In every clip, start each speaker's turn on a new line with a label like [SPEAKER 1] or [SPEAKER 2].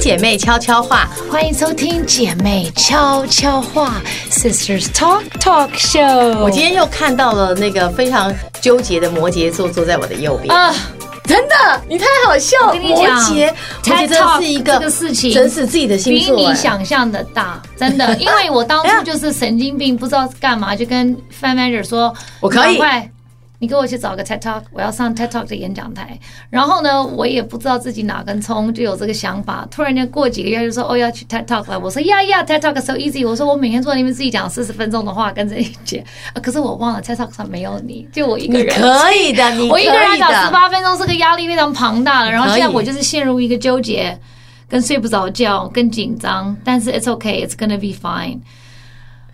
[SPEAKER 1] 姐妹悄悄话，
[SPEAKER 2] 哦
[SPEAKER 3] 欢迎收听姐妹悄悄话 Sisters Talk Talk Show。
[SPEAKER 1] 我今天又看到了那个非常纠结的摩羯座坐在我的右边。
[SPEAKER 3] 啊。真的，你太好笑！
[SPEAKER 1] 我
[SPEAKER 3] 我
[SPEAKER 1] 跟你讲，摩羯，摩羯真的是一个
[SPEAKER 2] 这个事情
[SPEAKER 1] 整死自己的星
[SPEAKER 2] 比
[SPEAKER 1] 座、
[SPEAKER 2] 你
[SPEAKER 1] 哎
[SPEAKER 2] 想象的大，真的。因为我当初就是神经病，不知道干嘛，就跟 fan manager 说，
[SPEAKER 1] 我可以
[SPEAKER 2] 赶快你给我去找个 TED Talk，我要上 TED Talk 的演讲台。然后呢，我也不知道自己哪根葱就有这个想法，突然间过几个月就说哦要去 TED Talk 了。我说呀呀，TED Talk so easy。我说我每天坐在那边自己讲四十分钟的话，跟着你姐、啊可是我忘了 TED Talk 上没有你，就我一个
[SPEAKER 1] 你
[SPEAKER 2] 人。
[SPEAKER 1] 哎可以的，你
[SPEAKER 2] 我一个人
[SPEAKER 1] 可
[SPEAKER 2] 要
[SPEAKER 1] 以
[SPEAKER 2] 讲
[SPEAKER 1] 的
[SPEAKER 2] 十八分钟是个压力非常庞大的，然后
[SPEAKER 1] 可以
[SPEAKER 2] 现在我就是陷入一个纠结，跟睡不着觉，跟紧张，但是 it's okay, it's gonna be fine。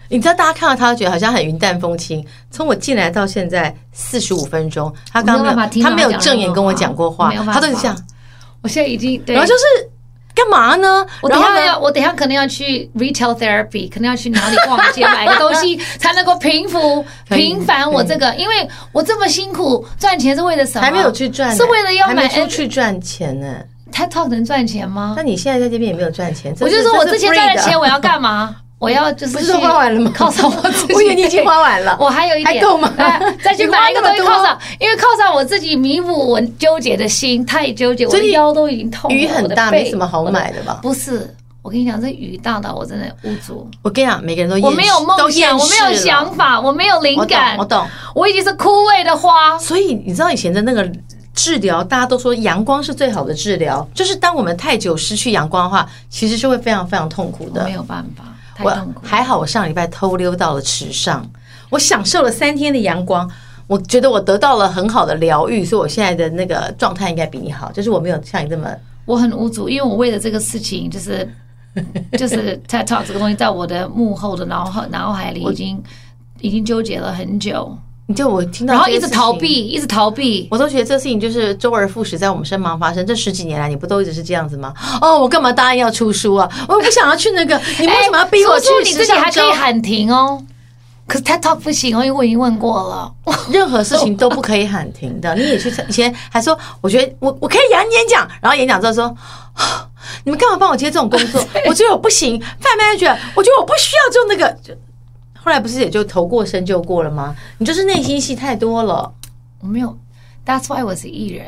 [SPEAKER 1] 你知道大家看到他觉得好像很云淡风轻，从我进来到现在四十五分钟，他刚
[SPEAKER 2] 我没有办法
[SPEAKER 1] 刚没
[SPEAKER 2] 听
[SPEAKER 1] 有
[SPEAKER 2] 到
[SPEAKER 1] 他没有
[SPEAKER 2] 他讲
[SPEAKER 1] 正眼跟我讲过话
[SPEAKER 2] 任何话，
[SPEAKER 1] 他都是这样，
[SPEAKER 2] 我现在已经对，
[SPEAKER 1] 然后就是干嘛呢？
[SPEAKER 2] 我
[SPEAKER 1] 然
[SPEAKER 2] 等一
[SPEAKER 1] 后
[SPEAKER 2] 下要，啊
[SPEAKER 1] 呢？
[SPEAKER 2] 我等一下可能要去 retail therapy，可能要去哪里逛街买个东西，才能够平复
[SPEAKER 1] 可以
[SPEAKER 2] 平反我这个，因为我这么辛苦赚钱是为了什么？
[SPEAKER 1] 还没有去赚呢，
[SPEAKER 2] 是为了要
[SPEAKER 1] 还
[SPEAKER 2] 买哎
[SPEAKER 1] 没出去赚钱呢。
[SPEAKER 2] TED Talk 能赚钱吗
[SPEAKER 1] 那？你现在在这边也没有赚钱，
[SPEAKER 2] 我就说我之前赚的钱我
[SPEAKER 1] 要
[SPEAKER 2] 要干嘛？我要就是
[SPEAKER 1] 不是都花完了吗？
[SPEAKER 2] 靠上我自己，
[SPEAKER 1] 我以为你已经花完了，
[SPEAKER 2] 我还有一点
[SPEAKER 1] 还够吗
[SPEAKER 2] 哎再去买一个东西
[SPEAKER 1] 你花那么
[SPEAKER 2] 犒
[SPEAKER 1] 多
[SPEAKER 2] 赏，因为犒赏我自己弥补我纠结的心，太纠结，我
[SPEAKER 1] 所以
[SPEAKER 2] 的腰都已经痛了，
[SPEAKER 1] 鱼很大，
[SPEAKER 2] 我的背
[SPEAKER 1] 没什么好。买的
[SPEAKER 2] 我的
[SPEAKER 1] 吧？
[SPEAKER 2] 不是，我跟你讲，这鱼大到我真的无助，
[SPEAKER 1] 我跟你讲，每个人都厌
[SPEAKER 2] 我没有
[SPEAKER 1] 都
[SPEAKER 2] 梦
[SPEAKER 1] 厌
[SPEAKER 2] 想，我没
[SPEAKER 1] 世
[SPEAKER 2] 有
[SPEAKER 1] 了
[SPEAKER 2] 想法，我没有灵感，
[SPEAKER 1] 我懂我懂，
[SPEAKER 2] 我已经是枯萎的花。
[SPEAKER 1] 所以你知道以前的那个治疗，大家都说阳光是最好的治疗，就是当我们太久失去阳光的话，其实是会非常非常痛苦
[SPEAKER 2] 我
[SPEAKER 1] 的
[SPEAKER 2] 没。有办法，太
[SPEAKER 1] 我
[SPEAKER 2] 痛苦。
[SPEAKER 1] 还好，我上礼拜偷溜到了池上，我享受了三天的阳光，我觉得我得到了很好的疗愈，所以我现在的那个状态应该比你好，就是我没有像你这么
[SPEAKER 2] 我很无助，因为我为了这个事情，就是 就是 TED Talk 这个东西，在我的幕后的脑海脑海里已经已经纠结了很久，
[SPEAKER 1] 你就我听到，
[SPEAKER 2] 然后一直逃避，。一直逃避。
[SPEAKER 1] 我都觉得这事情就是周而复始，在我们身旁发生。这十几年来，你不都一直是这样子吗？哦，我干嘛答应要出书啊？我又不想要去那 个，你们为什么要逼我
[SPEAKER 2] 哎
[SPEAKER 1] 去
[SPEAKER 2] 叔叔你
[SPEAKER 1] 时
[SPEAKER 2] 自己
[SPEAKER 1] 尚
[SPEAKER 2] 还可
[SPEAKER 1] 周
[SPEAKER 2] 以喊停哦。可是 TED Talk 不行哦，因为我已经问过了。
[SPEAKER 1] 任何事情都不可以喊停的。你也去以前还说，我觉得我我可以演演讲，然后演讲之后说， 啊你们干嘛帮我接这种工 作？我觉得我不行，贩卖觉得我觉得我不需要做那个。就后来不是也就头过身就过了吗？你就是内心戏太多了，
[SPEAKER 2] 我没有，That's why 我是艺人。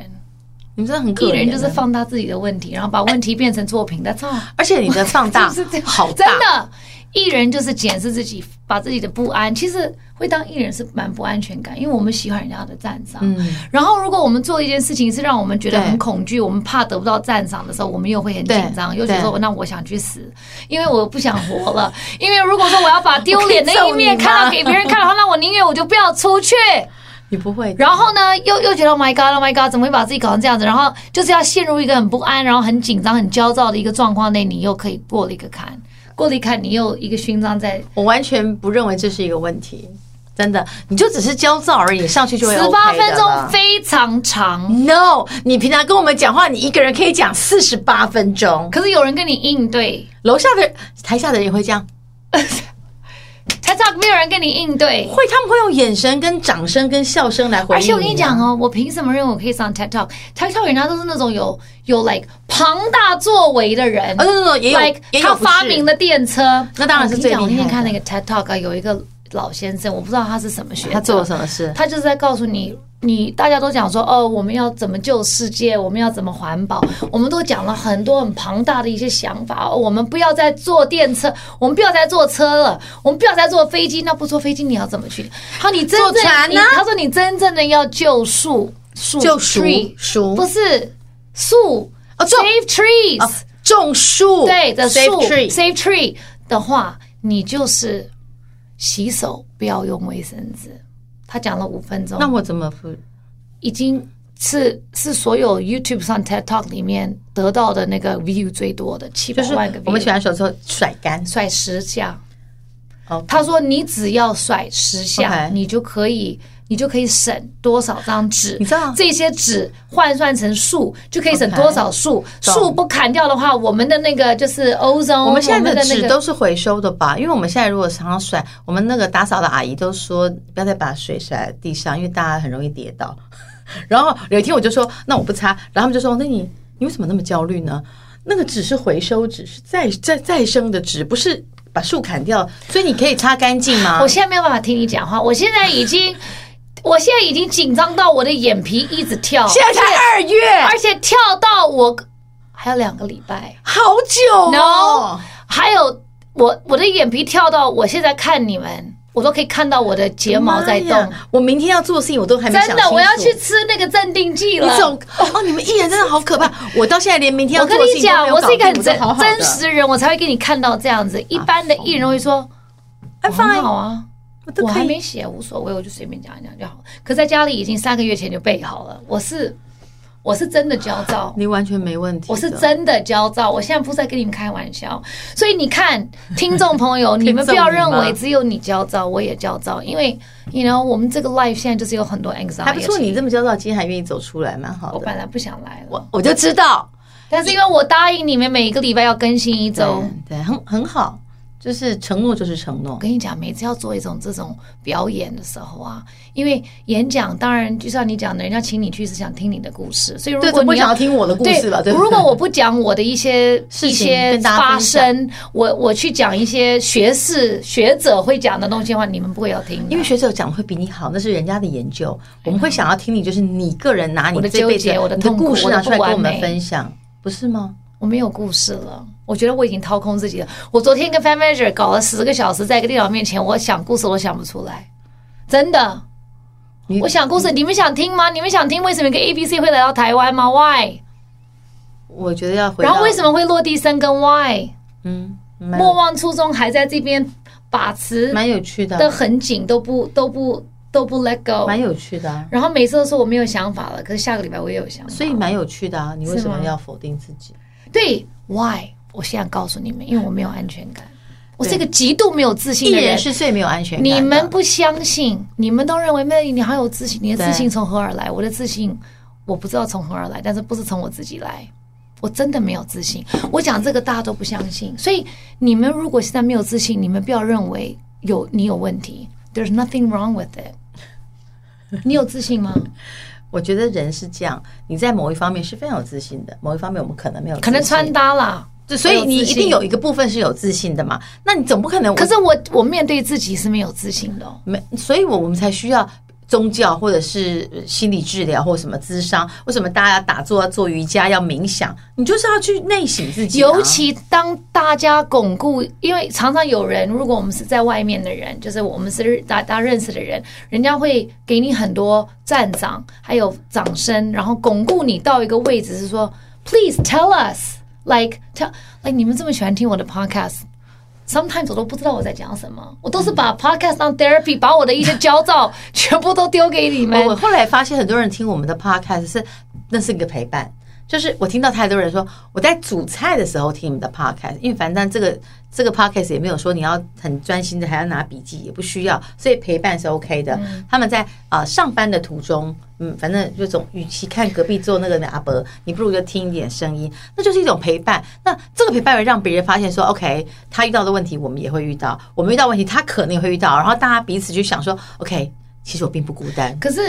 [SPEAKER 1] 你们真的很可
[SPEAKER 2] 艺
[SPEAKER 1] 怜。
[SPEAKER 2] 人就是，放大自己的问题，然后把问题变成作品。That's all。
[SPEAKER 1] 而且你的放大
[SPEAKER 2] 是这样
[SPEAKER 1] 好大
[SPEAKER 2] 真，的，艺人就是检视自己，把自己的不安。其实会当艺人是蛮不安全感，因为我们喜欢人家的赞赏。
[SPEAKER 1] 嗯，
[SPEAKER 2] 然后，如果我们做一件事情是让我们觉得
[SPEAKER 1] 对
[SPEAKER 2] 很恐惧，我们怕得不到赞赏的时候，我们又会很紧张，
[SPEAKER 1] 对
[SPEAKER 2] 又觉得说
[SPEAKER 1] 对
[SPEAKER 2] 那我想去死，因为我不想活了。因为如果说我要把丢脸的一面
[SPEAKER 1] 我可以揍你吗
[SPEAKER 2] 看到给别人看的话，那我宁愿我就不要出去。
[SPEAKER 1] 你不会。
[SPEAKER 2] 然后呢，又又觉得 Oh my God，Oh my God，怎么会把自己搞成这样子？然后就是要陷入一个很不安，然后很紧张、很焦躁的一个状况内，你又可以过了一个坎，过了一坎，你又一个勋章在。
[SPEAKER 1] 我完全不认为这是一个问题，真的，你就只是焦躁而已，上去就会
[SPEAKER 2] 十
[SPEAKER 1] OK
[SPEAKER 2] 八
[SPEAKER 1] 的
[SPEAKER 2] 分钟
[SPEAKER 1] 了
[SPEAKER 2] 非常长，
[SPEAKER 1] No，你平常跟我们讲话，你一个人可以讲四十八分钟，
[SPEAKER 2] 可是有人跟你应对，
[SPEAKER 1] 楼下的台下的人也会这样，
[SPEAKER 2] 才知道没有人跟你应对。
[SPEAKER 1] 会他们会用眼神、跟掌声、跟笑声来回应、
[SPEAKER 2] 而且我跟你讲，哦，我凭什么认为我可以上 TED Talk？TED Talk 人家都是那种有有 like 庞大作为的人
[SPEAKER 1] 呃、哦，也有
[SPEAKER 2] like
[SPEAKER 1] 也有
[SPEAKER 2] 他
[SPEAKER 1] 不是
[SPEAKER 2] 发明了电车，
[SPEAKER 1] 那当然是最厉害的
[SPEAKER 2] 我跟你讲我那天看那个 TED Talk，啊有一个老先生，我不知道他是什么学者，
[SPEAKER 1] 他做了什么事？
[SPEAKER 2] 他就是在告诉你，你大家都讲说哦，我们要怎么救世界，我们要怎么环保，我们都讲了很多很庞大的一些想法。哦我们不要再坐电车，我们不要再坐车了，我们不要再坐飞机。那不坐飞机你要怎么去？他说你真
[SPEAKER 1] 坐
[SPEAKER 2] 正
[SPEAKER 1] 船
[SPEAKER 2] 你
[SPEAKER 1] 呢
[SPEAKER 2] 他说你真正的要救树树
[SPEAKER 1] 救树
[SPEAKER 2] tree，
[SPEAKER 1] 树
[SPEAKER 2] 不是树
[SPEAKER 1] 哦救
[SPEAKER 2] save trees、
[SPEAKER 1] 哦，种树，
[SPEAKER 2] 对的树
[SPEAKER 1] save tree，
[SPEAKER 2] save tree 的话，你就是洗手不要用卫生纸。他讲了五分钟，
[SPEAKER 1] 那我怎么不？
[SPEAKER 2] 已经是是所有 YouTube 上 TED Talk 里面得到的那个 view 最多的七
[SPEAKER 1] 就
[SPEAKER 2] 百
[SPEAKER 1] 是
[SPEAKER 2] 万个 view，
[SPEAKER 1] 我们喜欢手说甩干，
[SPEAKER 2] 甩十下。
[SPEAKER 1] 哦
[SPEAKER 2] 他说你只要甩十下
[SPEAKER 1] OK
[SPEAKER 2] 你就可以。你就可以省多少张纸？
[SPEAKER 1] 你知道啊
[SPEAKER 2] 这些纸换算成树，就可以省
[SPEAKER 1] OK
[SPEAKER 2] 多少树？
[SPEAKER 1] 懂
[SPEAKER 2] 树不砍掉的话，我们的那个就是欧洲，
[SPEAKER 1] 我们现在的
[SPEAKER 2] 哦的那
[SPEAKER 1] 纸
[SPEAKER 2] 个
[SPEAKER 1] 都是回收的吧？因为我们现在如果常常甩，我们那个打扫的阿姨都说不要再把水甩在地上，因为大家很容易跌 倒。然后有一天我就说，那我不擦，然后他们就说，那你你为什么那么焦虑呢？那个纸是回收纸，是再再再生的纸，不是把树砍掉，所以你可以擦干净吗？哦
[SPEAKER 2] 我现在没有办法听你讲话，我现在已经，我现在已经紧张到我的眼皮一直跳，
[SPEAKER 1] 现在才二月，
[SPEAKER 2] 而且跳到我还有两个礼拜
[SPEAKER 1] 好久
[SPEAKER 2] ，no，
[SPEAKER 1] 哦。
[SPEAKER 2] 还有我我的眼皮跳到我现在看你们，我都可以看到我的睫毛在
[SPEAKER 1] 妈
[SPEAKER 2] 动，
[SPEAKER 1] 呀！我明天要做的事情我都还没想清
[SPEAKER 2] 真的，
[SPEAKER 1] 楚
[SPEAKER 2] 我要去吃那个镇定剂了
[SPEAKER 1] 你。总哦，你们艺人真的好可怕！我到现在连明天要
[SPEAKER 2] 我跟
[SPEAKER 1] 做的事
[SPEAKER 2] 你
[SPEAKER 1] 情都
[SPEAKER 2] 讲，
[SPEAKER 1] 没有
[SPEAKER 2] 我
[SPEAKER 1] 搞
[SPEAKER 2] 是一个
[SPEAKER 1] 定，
[SPEAKER 2] 很
[SPEAKER 1] 我
[SPEAKER 2] 真
[SPEAKER 1] 都好好
[SPEAKER 2] 真
[SPEAKER 1] 的。啊
[SPEAKER 2] 实人，我才会给你看到这样子。一般的艺人会说，
[SPEAKER 1] 哎，
[SPEAKER 2] 我很
[SPEAKER 1] 放
[SPEAKER 2] 好啊。
[SPEAKER 1] 我都
[SPEAKER 2] 我
[SPEAKER 1] 可
[SPEAKER 2] 还
[SPEAKER 1] 以。
[SPEAKER 2] 没写，无所谓，我就随便讲一讲就好。可在家里已经三个月前就备好了。我是我是真的焦躁，
[SPEAKER 1] 你完全没问题。
[SPEAKER 2] 我是，真的焦躁。我现在不是在跟你们开玩笑，所以你看，听众朋 友，你们不要认为只有你焦躁，我也焦躁，因为 you know 我们这个 life 现在就是有很多 anxiety。
[SPEAKER 1] 还不错。你这么焦躁，今天还愿意走出来，蛮好
[SPEAKER 2] 我
[SPEAKER 1] 的。
[SPEAKER 2] 本来不想来了，
[SPEAKER 1] 我我就知道，
[SPEAKER 2] 但是因为我答应你们每一个礼拜要更新一周。
[SPEAKER 1] 嗯对，很很好，就是承诺就是承诺
[SPEAKER 2] 我。跟你讲，每次要做一种这种表演的时候啊，因为演讲当然就像你讲的，人家请你去是想听你的故事，所以如
[SPEAKER 1] 对，
[SPEAKER 2] 果
[SPEAKER 1] 总不
[SPEAKER 2] 你
[SPEAKER 1] 想
[SPEAKER 2] 要
[SPEAKER 1] 要听我的故事吧？对不对，
[SPEAKER 2] 如果我不讲我的一些
[SPEAKER 1] 事
[SPEAKER 2] 一
[SPEAKER 1] 情
[SPEAKER 2] 些
[SPEAKER 1] 跟大家
[SPEAKER 2] 发
[SPEAKER 1] 分享
[SPEAKER 2] 生，我我去讲一些学士学者会讲的东西的话，你们不会要听的，
[SPEAKER 1] 因为学者讲会比你好，那是人家的研究。我们会想要听你，就是你个人拿你
[SPEAKER 2] 我的
[SPEAKER 1] 这辈子
[SPEAKER 2] 纠结我的
[SPEAKER 1] 你的
[SPEAKER 2] 痛苦
[SPEAKER 1] 故事拿出来
[SPEAKER 2] 我
[SPEAKER 1] 跟
[SPEAKER 2] 的不完
[SPEAKER 1] 我们
[SPEAKER 2] 美
[SPEAKER 1] 分享，不是吗？
[SPEAKER 2] 我没有故事了。我觉得我已经掏空自己了。我昨天跟 fan manager 搞了十个小时，在一个电脑面前，我想故事我都想不出来，真的
[SPEAKER 1] 你。
[SPEAKER 2] 我想故事，你们想听吗？你们想听为什么一个 A B C 会来到台湾吗？Why？
[SPEAKER 1] 我觉得要回到。
[SPEAKER 2] 然后为什么会落地生根？Why？
[SPEAKER 1] 嗯，蛮
[SPEAKER 2] 莫忘初衷，还在这边把持
[SPEAKER 1] 蛮有趣的
[SPEAKER 2] 的
[SPEAKER 1] 啊，
[SPEAKER 2] 很紧，都不都不都不 let go。
[SPEAKER 1] 蛮有趣的啊。
[SPEAKER 2] 然后每次都说我没有想法了，可是下个礼拜我也有想法。
[SPEAKER 1] 所以蛮有趣的啊！你为
[SPEAKER 2] 是
[SPEAKER 1] 什么
[SPEAKER 2] 吗
[SPEAKER 1] 要否定自己？
[SPEAKER 2] 对，why？我现在告诉你们，因为我没有安全感，我是一个极度没有自信
[SPEAKER 1] 艺
[SPEAKER 2] 的
[SPEAKER 1] 人
[SPEAKER 2] 人。
[SPEAKER 1] 是最没有安全感的。
[SPEAKER 2] 你们不相信，你们都认为 Melody 你好有自信，你的
[SPEAKER 1] 对
[SPEAKER 2] 自信从何而来？我的自信我不知道从何而来，但是不是从我自己来。我真的没有自信，我讲这个大家都不相信，所以你们如果现在没有自信，你们不要认为有你有问题，There's nothing wrong with it。你有自 信吗？
[SPEAKER 1] 我觉得人是这样，你在某一方面是非常有自信的，某一方面我们可能没有自信，
[SPEAKER 2] 可能穿搭啦，
[SPEAKER 1] 对，所以
[SPEAKER 2] 有自
[SPEAKER 1] 你一定
[SPEAKER 2] 信
[SPEAKER 1] 有一个部分是有自信的嘛？那你总不可能我，
[SPEAKER 2] 可是我我面对自己是没有自信的哦、
[SPEAKER 1] 没，所以我我们才需要。宗教或者是呃心理治疗或什么咨商，为什么大家要打坐、要做瑜伽、要冥想？你就是要去内省自己啊、
[SPEAKER 2] 尤其当大家巩固，因为常常有人，如果我们是在外面的人，就是我们是大大家认识的人，人家会给你很多赞赏，还有掌声，然后巩固你到一个位置，是说，Please tell us, like tell like 你们这么喜欢听我的 podcast。Sometimes 我都不知道我在讲什么，我都是把 podcast 当 therapy，把我的一些焦躁全部都丢给你们
[SPEAKER 1] 哦我。我后来发现，很多人听我们的 podcast 是那是一个陪伴，就是我听到太多人说我在煮菜的时候听你们的 podcast，因为反正这个这个 podcast 也没有说你要很专心的还要拿笔记，也不需要，所以陪伴是 OK 的。
[SPEAKER 2] 嗯
[SPEAKER 1] 他们在啊、呃上班的途中，嗯，反正就总与其看隔壁做那个阿伯，你不如就听一点声音，那就是一种陪伴。那这个陪伴会让别人发现说，OK，他遇到的问题我们也会遇到，我们遇到问题他可能也会遇到，然后大家彼此去想说，OK，其实我并不孤单。
[SPEAKER 2] 可是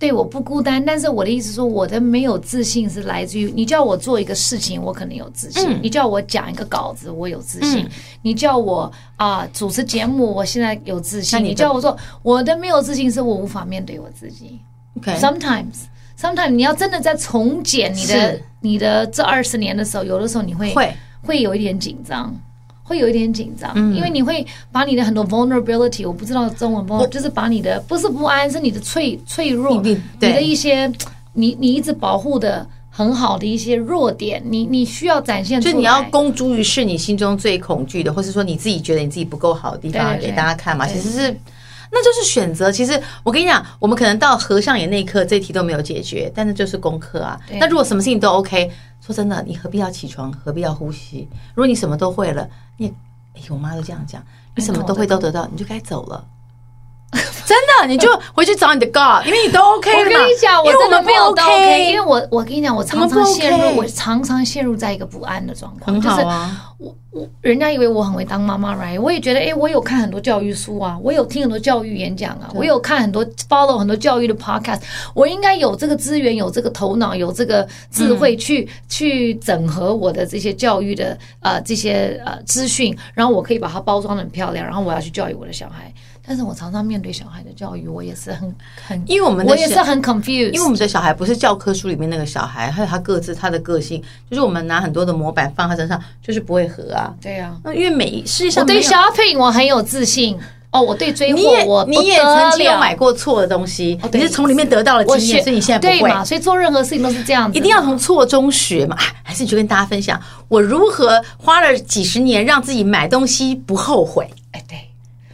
[SPEAKER 2] 对我不孤单，但是我的意思说，我的没有自信是来自于你叫我做一个事情，我可能有自
[SPEAKER 1] 嗯
[SPEAKER 2] 信；你叫我讲一个稿子，我有自信；你叫我啊、主持节目，我现在有自
[SPEAKER 1] 那
[SPEAKER 2] 信。
[SPEAKER 1] 你的
[SPEAKER 2] 你叫我做，我的没有自信是我无法面对我自己。
[SPEAKER 1] OK，
[SPEAKER 2] Sometimes。Sometimes 你要真的在重建你的
[SPEAKER 1] 是
[SPEAKER 2] 你的这二十年的时候，有的时候你会
[SPEAKER 1] 会
[SPEAKER 2] 会有一点紧张，会有一点紧张，
[SPEAKER 1] 嗯
[SPEAKER 2] 因为你会把你的很多 vulnerability，我不知道中文 v u l 就是把你的不是不安，是你的脆脆弱，
[SPEAKER 1] 你
[SPEAKER 2] 你
[SPEAKER 1] 你对
[SPEAKER 2] 的一些你你一直保护的很好的一些弱点，你你需要展现出
[SPEAKER 1] 就
[SPEAKER 2] 来。
[SPEAKER 1] 你要公诸于世，你心中最恐惧的，或是说你自己觉得你自己不够好的地方，
[SPEAKER 2] 对对对
[SPEAKER 1] 给大家看嘛。
[SPEAKER 2] 对
[SPEAKER 1] 其实是，那就是选择。其实我跟你讲，我们可能到合上眼那一刻，这一题都没有解决，但是就是功课啊。
[SPEAKER 2] 对
[SPEAKER 1] 那如果什么事情都 OK，说真的，你何必要起床，何必要呼吸？如果你什么都会了，你也哎，我妈都这样讲，你什么都会都得到，你就该走了。 真的，你就回去找你的 God，因为你都 OK 了
[SPEAKER 2] 我
[SPEAKER 1] 嘛。
[SPEAKER 2] 跟你讲，我
[SPEAKER 1] 因为
[SPEAKER 2] 真
[SPEAKER 1] 们
[SPEAKER 2] 的
[SPEAKER 1] 不
[SPEAKER 2] 没有到
[SPEAKER 1] OK，
[SPEAKER 2] 因为我我跟你讲，我常常陷
[SPEAKER 1] 我们
[SPEAKER 2] 入，
[SPEAKER 1] 不
[SPEAKER 2] 我
[SPEAKER 1] OK
[SPEAKER 2] 常常陷入在一个不安的状况，
[SPEAKER 1] 很
[SPEAKER 2] 就
[SPEAKER 1] 好
[SPEAKER 2] 是
[SPEAKER 1] 啊
[SPEAKER 2] 我我人家以为我很会当妈妈，right？我也觉得，哎，我有看很多教育书啊，我有听很多教育演讲啊，我有看很多 follow 很多教育的 podcast，我应该有这个资源，有这个头脑，有这个智慧
[SPEAKER 1] 嗯
[SPEAKER 2] 去、去整合我的这些教育的呃这些呃资讯，然后我可以把它包装的很漂亮，然后我要去教育我的小孩。但是我常常面对小孩的教育，我也是很很，
[SPEAKER 1] 因为我们的
[SPEAKER 2] 我也是
[SPEAKER 1] 小
[SPEAKER 2] 很 confused，
[SPEAKER 1] 因为我们的小孩不是教科书里面那个小孩，还有他各自他的个性，就是我们拿很多的模板放他身上，就是不会合啊。
[SPEAKER 2] 对呀、
[SPEAKER 1] 那因为每世界
[SPEAKER 2] 我
[SPEAKER 1] 上没
[SPEAKER 2] 对
[SPEAKER 1] 有
[SPEAKER 2] shopping 我很有自信哦，我对追
[SPEAKER 1] 你
[SPEAKER 2] 货我
[SPEAKER 1] 也
[SPEAKER 2] 不
[SPEAKER 1] 你也
[SPEAKER 2] 得
[SPEAKER 1] 曾经有
[SPEAKER 2] 了。哦
[SPEAKER 1] 买过错的东西，
[SPEAKER 2] 对
[SPEAKER 1] 你是从里面得到了
[SPEAKER 2] 我
[SPEAKER 1] 经
[SPEAKER 2] 学
[SPEAKER 1] 验，所以你现在
[SPEAKER 2] 对
[SPEAKER 1] 不会。
[SPEAKER 2] 嘛？所以做任何事情都是这样子，
[SPEAKER 1] 一定要从错中学嘛，啊还是你去跟大家分享我如何花了几十年让自己买东西不后悔。
[SPEAKER 2] 哎对。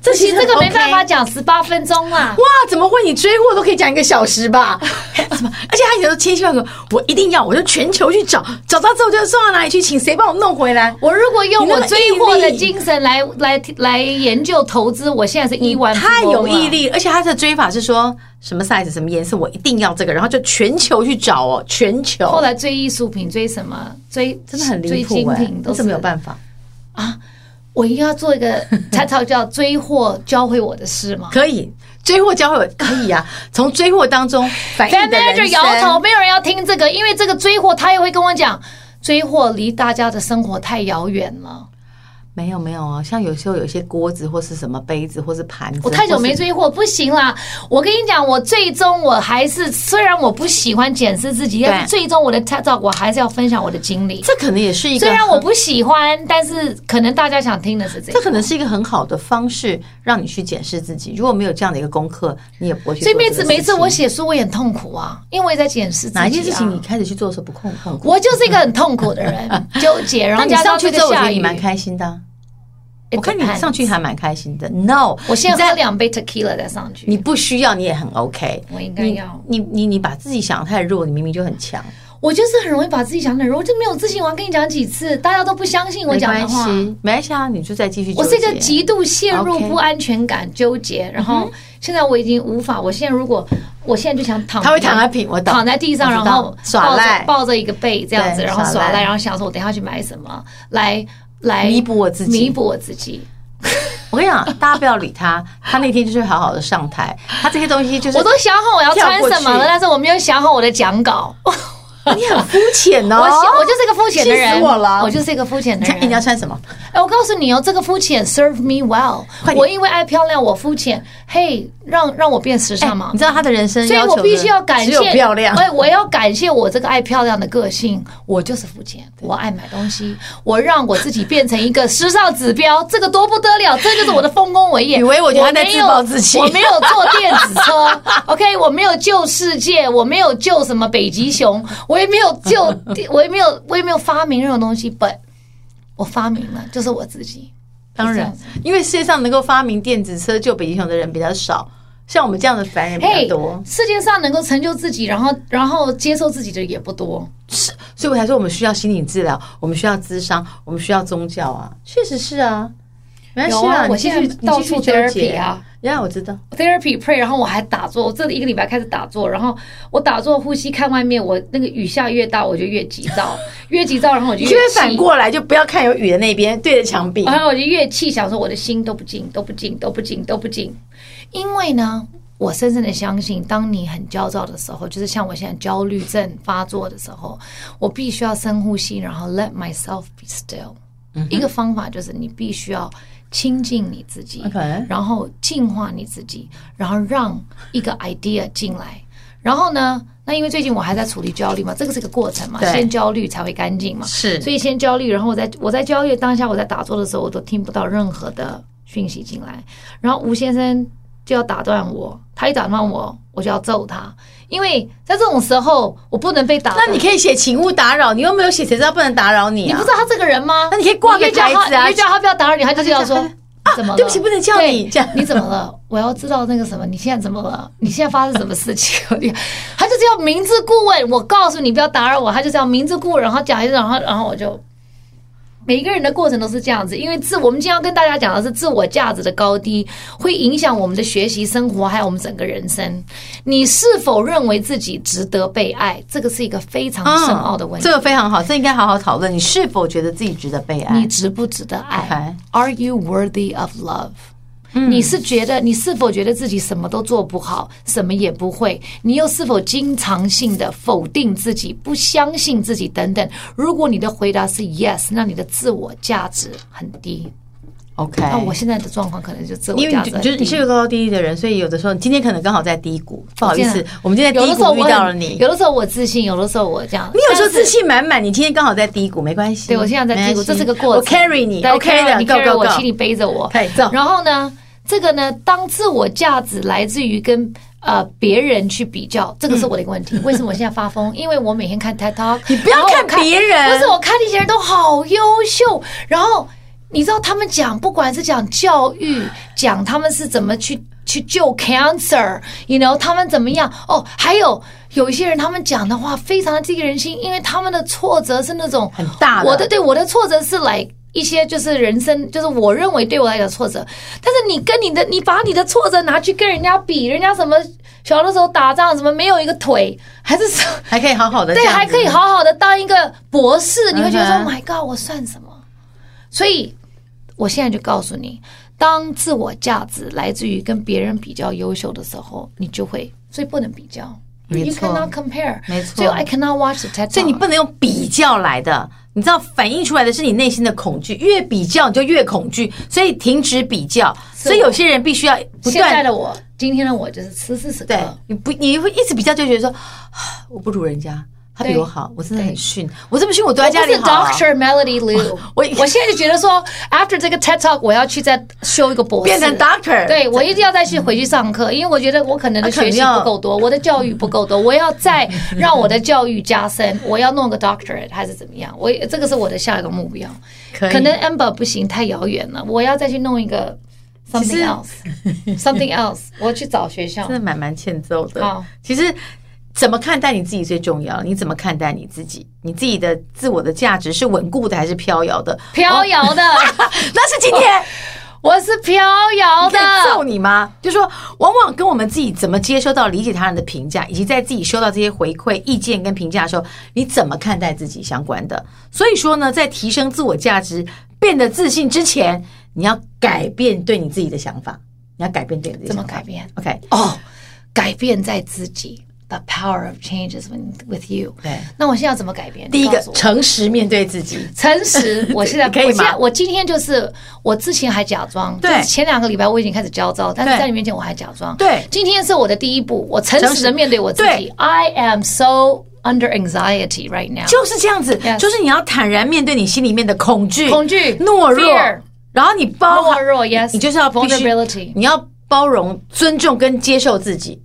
[SPEAKER 1] 这
[SPEAKER 2] 其
[SPEAKER 1] 其
[SPEAKER 2] 实
[SPEAKER 1] 实
[SPEAKER 2] 这个没办法
[SPEAKER 1] 很 OK
[SPEAKER 2] 讲十八分钟啊，
[SPEAKER 1] 哇，怎么会你追货都可以讲一个小时 吧？什么？而且他有时候千辛万苦，我一定要，我就全球去找，找到之后就送到哪里去，请谁帮我弄回 来？
[SPEAKER 2] 我如果用
[SPEAKER 1] 你那
[SPEAKER 2] 我
[SPEAKER 1] 么
[SPEAKER 2] 追货的
[SPEAKER 1] 毅力
[SPEAKER 2] 精神来来来研究投资，我现在是一万
[SPEAKER 1] 太有毅，力，
[SPEAKER 2] 啊
[SPEAKER 1] 而且他的追法是说什么 size 什么颜色，我一定要这个，然后就全球去找哦，全球。
[SPEAKER 2] 后来追艺术品，追什么？追
[SPEAKER 1] 真的很
[SPEAKER 2] 追
[SPEAKER 1] 离
[SPEAKER 2] 精
[SPEAKER 1] 谱哎，
[SPEAKER 2] 品都
[SPEAKER 1] 你
[SPEAKER 2] 是
[SPEAKER 1] 怎么有办法？
[SPEAKER 2] 我一定要做 一个 title 叫“追货教会我的事”嘛。
[SPEAKER 1] 可以追货教会我可以啊，从追货当中反映
[SPEAKER 2] Fan
[SPEAKER 1] 你的
[SPEAKER 2] manager
[SPEAKER 1] 人
[SPEAKER 2] 摇头，
[SPEAKER 1] 生。
[SPEAKER 2] 没有人要听这个，因为这个追货他也会跟我讲，追货离大家的生活太遥远了。
[SPEAKER 1] 没有没有啊，像有时候有一些锅子或是什么杯子或是盘子，
[SPEAKER 2] 我太久
[SPEAKER 1] 或是
[SPEAKER 2] 没追货，不行啦！我跟你讲，我最终我还是虽然我不喜欢检视自己，但是
[SPEAKER 1] 对
[SPEAKER 2] 最终我的 title 我还是要分享我的经历。
[SPEAKER 1] 这可能也是一个
[SPEAKER 2] 虽然
[SPEAKER 1] 很
[SPEAKER 2] 我不喜欢，但是可能大家想听的是这
[SPEAKER 1] 这
[SPEAKER 2] 个。
[SPEAKER 1] 可能是一个很好的方式，让你去检视自己。如果没有这样的一个功课，你也不会去
[SPEAKER 2] 所
[SPEAKER 1] 做
[SPEAKER 2] 以
[SPEAKER 1] 这个
[SPEAKER 2] 每
[SPEAKER 1] 事
[SPEAKER 2] 次
[SPEAKER 1] 情。
[SPEAKER 2] 每次我写书，我也很痛苦啊，因为我也在检视自己、啊。
[SPEAKER 1] 哪一件事情你开始去做的时候不痛痛苦？
[SPEAKER 2] 我就是一个很痛苦的人，纠结。然
[SPEAKER 1] 那
[SPEAKER 2] 后
[SPEAKER 1] 你
[SPEAKER 2] 加
[SPEAKER 1] 上
[SPEAKER 2] 上
[SPEAKER 1] 去
[SPEAKER 2] 这
[SPEAKER 1] 之
[SPEAKER 2] 个
[SPEAKER 1] 后，我觉
[SPEAKER 2] 下
[SPEAKER 1] 得
[SPEAKER 2] 雨
[SPEAKER 1] 你，蛮开心的啊、
[SPEAKER 2] It
[SPEAKER 1] 我看你
[SPEAKER 2] depends
[SPEAKER 1] 上去还蛮开心的。No，
[SPEAKER 2] 我现
[SPEAKER 1] 你
[SPEAKER 2] 在喝
[SPEAKER 1] 在
[SPEAKER 2] 两杯 tequila 再上去。
[SPEAKER 1] 你不需要，你也很 OK。
[SPEAKER 2] 我应该
[SPEAKER 1] 你
[SPEAKER 2] 要，
[SPEAKER 1] 你你你把自己想得太弱，你明明就很强。
[SPEAKER 2] 我就是很容易把自己想得很弱，我就没有自信。我要跟你讲几次，大家都不相信我
[SPEAKER 1] 没
[SPEAKER 2] 讲的
[SPEAKER 1] 关
[SPEAKER 2] 话。
[SPEAKER 1] 系，没关系啊，你就再继续纠结。
[SPEAKER 2] 我是一个极度陷入
[SPEAKER 1] OK 嗯
[SPEAKER 2] 不安全感、纠结，然后现在我已经无法。我现在如果我现在就想躺，
[SPEAKER 1] 他会躺在平我懂
[SPEAKER 2] 躺在地上，
[SPEAKER 1] 我
[SPEAKER 2] 然
[SPEAKER 1] 知道
[SPEAKER 2] 后
[SPEAKER 1] 耍
[SPEAKER 2] 抱着
[SPEAKER 1] 赖
[SPEAKER 2] 抱着一个被这样子，
[SPEAKER 1] 对
[SPEAKER 2] 然后
[SPEAKER 1] 耍
[SPEAKER 2] 耍
[SPEAKER 1] 赖
[SPEAKER 2] 赖，然后想说我等一下去买什么来来
[SPEAKER 1] 弥补我自己
[SPEAKER 2] 弥补我自己。
[SPEAKER 1] 我跟你讲，大家不要理他，他那天就是好好的上台，他这些东西就是
[SPEAKER 2] 我都想好我要穿什
[SPEAKER 1] 跳
[SPEAKER 2] 么
[SPEAKER 1] 过
[SPEAKER 2] 了，
[SPEAKER 1] 去哦
[SPEAKER 2] 但是我没有想好我的讲稿。我
[SPEAKER 1] 你很肤浅哦。
[SPEAKER 2] 我就是一个肤浅的人，
[SPEAKER 1] 气死我了
[SPEAKER 2] 就是一个肤浅的
[SPEAKER 1] 你要
[SPEAKER 2] 人。
[SPEAKER 1] 穿什么？
[SPEAKER 2] 哎，我告诉你哦，这个肤浅 serve me well
[SPEAKER 1] 快。点
[SPEAKER 2] 我因为爱漂亮，我肤浅，嘿，让让我变时
[SPEAKER 1] 哎
[SPEAKER 2] 尚嘛
[SPEAKER 1] 你。知道他的人生
[SPEAKER 2] 所以
[SPEAKER 1] 要求
[SPEAKER 2] 我
[SPEAKER 1] 的
[SPEAKER 2] 必须要感
[SPEAKER 1] 只有
[SPEAKER 2] 谢
[SPEAKER 1] 漂亮。
[SPEAKER 2] 哎，我要感谢我这个爱漂亮的个性，我就是肤浅，我爱买东西，我让我自己变成一个时尚指标，这个多不得了，这就是我的丰功伟业。
[SPEAKER 1] 以为我觉得他在
[SPEAKER 2] 没有
[SPEAKER 1] 自暴自弃
[SPEAKER 2] 我没有坐电子车 ，OK，我没有救世界，我没有救什么北极熊，我也没有救，我也没有，我也没有发明任何东西，but 我发明了，就是我自己。
[SPEAKER 1] 当
[SPEAKER 2] 是这
[SPEAKER 1] 然
[SPEAKER 2] 样子，
[SPEAKER 1] 因为世界上能够发明电子车救北极熊的人比较少，像我们这样的凡人比
[SPEAKER 2] 嘿
[SPEAKER 1] 较多，
[SPEAKER 2] 世界上能够成就自己，然后然后接受自己的也不多。
[SPEAKER 1] 所以我才说我们需要心理治疗，我们需要咨商，我们需要宗教啊，确实是啊，没关
[SPEAKER 2] 有
[SPEAKER 1] 系
[SPEAKER 2] 啊我
[SPEAKER 1] 你继
[SPEAKER 2] 现
[SPEAKER 1] 续
[SPEAKER 2] 在
[SPEAKER 1] 你
[SPEAKER 2] 到
[SPEAKER 1] 继续
[SPEAKER 2] 处
[SPEAKER 1] 纠结
[SPEAKER 2] therapy 啊，
[SPEAKER 1] 呀，我知道，
[SPEAKER 2] therapy pray，然后我还打坐，我这一个礼拜开始打坐，然后我打坐呼吸看外面，我那个雨下越大我就越急躁，越急躁然后我就
[SPEAKER 1] 你 就
[SPEAKER 2] 越
[SPEAKER 1] 会
[SPEAKER 2] 气
[SPEAKER 1] 反，过来，就不要看有雨的那边，对着墙壁，
[SPEAKER 2] 然后我就越气，想说我的心都不静，都不静，都不静，都不静，因为呢。我深深的相信，当你很焦躁的时候，就是像我现在焦虑症发作的时候，我必须要深呼吸，然后 let myself be still。一
[SPEAKER 1] 嗯
[SPEAKER 2] 个方法就是你必须要亲近你自己
[SPEAKER 1] OK
[SPEAKER 2] 然后净化你自己，然后让一个 idea 进来。然后呢，那因为最近我还在处理焦虑嘛，这个是个过程嘛，
[SPEAKER 1] 对
[SPEAKER 2] 先焦虑才会干净嘛，
[SPEAKER 1] 是
[SPEAKER 2] 所以先焦虑，然后我在我在焦虑当下，我在打坐的时候，我都听不到任何的讯息进来。然后吴先生就要打断我，他一打断我，我就要揍他，因为在这种时候，我不能被打断。
[SPEAKER 1] 那你可以写请勿打扰，你又没有写，谁知道不能打扰你
[SPEAKER 2] 你
[SPEAKER 1] 啊
[SPEAKER 2] 不？知道他这个人吗？
[SPEAKER 1] 那你可以挂个
[SPEAKER 2] 越叫他
[SPEAKER 1] 牌子啊
[SPEAKER 2] 越叫他不要打扰你，他就这样说啊
[SPEAKER 1] 他就。啊
[SPEAKER 2] 怎么了？
[SPEAKER 1] 对不起不能叫你
[SPEAKER 2] 对
[SPEAKER 1] 这样
[SPEAKER 2] 你怎么了？我要知道那个什么，你现在怎么了？你现在发生什么事情？ 他就是要明知故问。我告诉你不要打扰我，他就是要明知故问，然后讲一次，然后然后我就每一个人的过程都是这样子，因为自我们今天要跟大家讲的是自我价值的高低，会影响我们的学习、生活，还有我们整个人生。你是否认为自己值得被爱？这个是一个非常
[SPEAKER 1] 嗯
[SPEAKER 2] 深奥的问题。
[SPEAKER 1] 这个非常好，这应该好好讨论。你是否觉得自己值得被爱
[SPEAKER 2] 你？值不值得爱？Are you worthy of love？、你
[SPEAKER 1] 嗯
[SPEAKER 2] 是觉得你是否觉得自己什么都做不好，什么也不会？你又是否经常性的否定自己，不相信自己等等？如果你的回答是 yes，那你的自我价值很低。
[SPEAKER 1] OK，
[SPEAKER 2] 那我现在的状况可能就自我
[SPEAKER 1] 哎因为
[SPEAKER 2] 价
[SPEAKER 1] 你
[SPEAKER 2] 值
[SPEAKER 1] 就
[SPEAKER 2] 很
[SPEAKER 1] 就是你
[SPEAKER 2] 低
[SPEAKER 1] 是个高高低低的人，所以有的时候你今天可能刚好在低谷，不好意
[SPEAKER 2] 真
[SPEAKER 1] 思
[SPEAKER 2] 的，
[SPEAKER 1] 我们今天在
[SPEAKER 2] 有
[SPEAKER 1] 低
[SPEAKER 2] 的时候
[SPEAKER 1] 谷遇
[SPEAKER 2] 我
[SPEAKER 1] 到
[SPEAKER 2] 很
[SPEAKER 1] 了你。
[SPEAKER 2] 有的时候我自信，有的时候我这样。
[SPEAKER 1] 你有时候
[SPEAKER 2] 但是
[SPEAKER 1] 自信满满，你今天刚好在低谷，没关系。
[SPEAKER 2] 对我现在在低谷，
[SPEAKER 1] 没关系
[SPEAKER 2] 这是个过
[SPEAKER 1] 我
[SPEAKER 2] 程。
[SPEAKER 1] carry 你
[SPEAKER 2] 对
[SPEAKER 1] ，OK 的
[SPEAKER 2] 你
[SPEAKER 1] ，Go
[SPEAKER 2] carry
[SPEAKER 1] Go
[SPEAKER 2] 我，请你
[SPEAKER 1] Go。
[SPEAKER 2] 背着我。
[SPEAKER 1] 可以走
[SPEAKER 2] 然后呢，这个呢，当自我价值来自于跟。呃，别人去比较，这个是我的一个问题。为什么我现在发疯？因为我每天看 TED Talk，
[SPEAKER 1] 嗯你不要
[SPEAKER 2] 然后我
[SPEAKER 1] 看别人
[SPEAKER 2] 不是我看那些人都好优秀，然后你知道他们讲，不管是讲教育，讲他们是怎么去去救 cancer，you know，他们怎么样？哦，还有有一些人，他们讲的话非常的激励人心，因为他们的挫折是那种
[SPEAKER 1] 很大的
[SPEAKER 2] 我的对我的挫折是来一些就是人生，就是我认为对我来讲挫折。但是你跟你的，你把你的挫折拿去跟人家比，人家什么小的时候打仗什么没有一个腿，还是什么
[SPEAKER 1] 还可以好好的，
[SPEAKER 2] 对，还可以。好好的当一个博士，你会觉得说、
[SPEAKER 1] 嗯哼
[SPEAKER 2] Oh my God，我算什么？所以我现在就告诉你，当自我价值来自于跟别人比较优秀的时候，你就会，所以不能比较。
[SPEAKER 1] 没
[SPEAKER 2] You
[SPEAKER 1] 错
[SPEAKER 2] cannot compare，
[SPEAKER 1] 没错
[SPEAKER 2] 所以 I cannot watch the TED Talk。
[SPEAKER 1] 所以你不能用比较来的，你知道反映出来的是你内心的恐惧，越比较你就越恐惧，所以停止比较。所以有些人必须要不
[SPEAKER 2] 现在
[SPEAKER 1] 断
[SPEAKER 2] 的我，今天的我就是此时此刻
[SPEAKER 1] 对，你不你会一直比较就觉得说，啊我不如人家，他比
[SPEAKER 2] 对
[SPEAKER 1] 我好，我真的很
[SPEAKER 2] 对
[SPEAKER 1] 逊，我这么逊，我躲
[SPEAKER 2] 我
[SPEAKER 1] 在家
[SPEAKER 2] 不
[SPEAKER 1] 里
[SPEAKER 2] 是
[SPEAKER 1] 好啊。
[SPEAKER 2] Doctor Melody Liu，
[SPEAKER 1] 我
[SPEAKER 2] 我现在就觉得说，after 这个 TED Talk，我要去再修一个博士，
[SPEAKER 1] 变成 doctor
[SPEAKER 2] 对我一定要再去回去上课，因为我觉得我可
[SPEAKER 1] 啊
[SPEAKER 2] 能的学习不够多，我的教育不够多，我要再让我的教育加深，我要弄个 doctorate 还是怎么样？我也这个是我的下一个目标。
[SPEAKER 1] 可以
[SPEAKER 2] 能 Amber 不行，太遥远了，我要再去弄一个 something
[SPEAKER 1] 实
[SPEAKER 2] else，something else，我要去找学校
[SPEAKER 1] 真。的蛮蛮欠揍的
[SPEAKER 2] 好。
[SPEAKER 1] 其实怎么看待你自己最重要，你怎么看待你自己，你自己的自我的价值是稳固的还是飘摇的？啊
[SPEAKER 2] 飘摇的，
[SPEAKER 1] 那是今天。
[SPEAKER 2] 我是飘摇
[SPEAKER 1] 我
[SPEAKER 2] 哦
[SPEAKER 1] 可
[SPEAKER 2] 的
[SPEAKER 1] 以。揍哦你吗？就说往往跟我们自己怎么接收到理解他人的评价，以及在自己收到这些回馈、意见跟评价的时候，你怎么看待自己相关的。所以说呢，在提升自我价值、变得自信之前，你要改变对你自己的想法，你要改变对你自己的
[SPEAKER 2] 怎么
[SPEAKER 1] 想法
[SPEAKER 2] 改变
[SPEAKER 1] ？OK，
[SPEAKER 2] 哦，改变在自己。The power of change is when- with you。
[SPEAKER 1] 对
[SPEAKER 2] 那我现在要怎么改变？
[SPEAKER 1] 第一
[SPEAKER 2] 你
[SPEAKER 1] 个
[SPEAKER 2] 告诉我
[SPEAKER 1] 诚实面对自己，
[SPEAKER 2] 诚 实，我现在
[SPEAKER 1] 可以吗
[SPEAKER 2] 我现在我今天就是我之前还假装，
[SPEAKER 1] 对
[SPEAKER 2] 就是前两个礼拜我已经开始焦躁，但是
[SPEAKER 1] 对
[SPEAKER 2] 在你面前我还假装。
[SPEAKER 1] 对
[SPEAKER 2] 今天是我的第一步，我诚
[SPEAKER 1] 诚
[SPEAKER 2] 实
[SPEAKER 1] 实
[SPEAKER 2] 的面对我自己
[SPEAKER 1] 对。
[SPEAKER 2] I am so under anxiety right now。
[SPEAKER 1] 就是这样子
[SPEAKER 2] Yes
[SPEAKER 1] 就是你要坦然面对你心里面的恐惧、
[SPEAKER 2] 恐惧
[SPEAKER 1] 懦弱
[SPEAKER 2] fear
[SPEAKER 1] 然后你包含
[SPEAKER 2] 懦弱，yes，
[SPEAKER 1] 你就是要必须
[SPEAKER 2] vulnerability
[SPEAKER 1] 你要包容、尊重跟接受自己。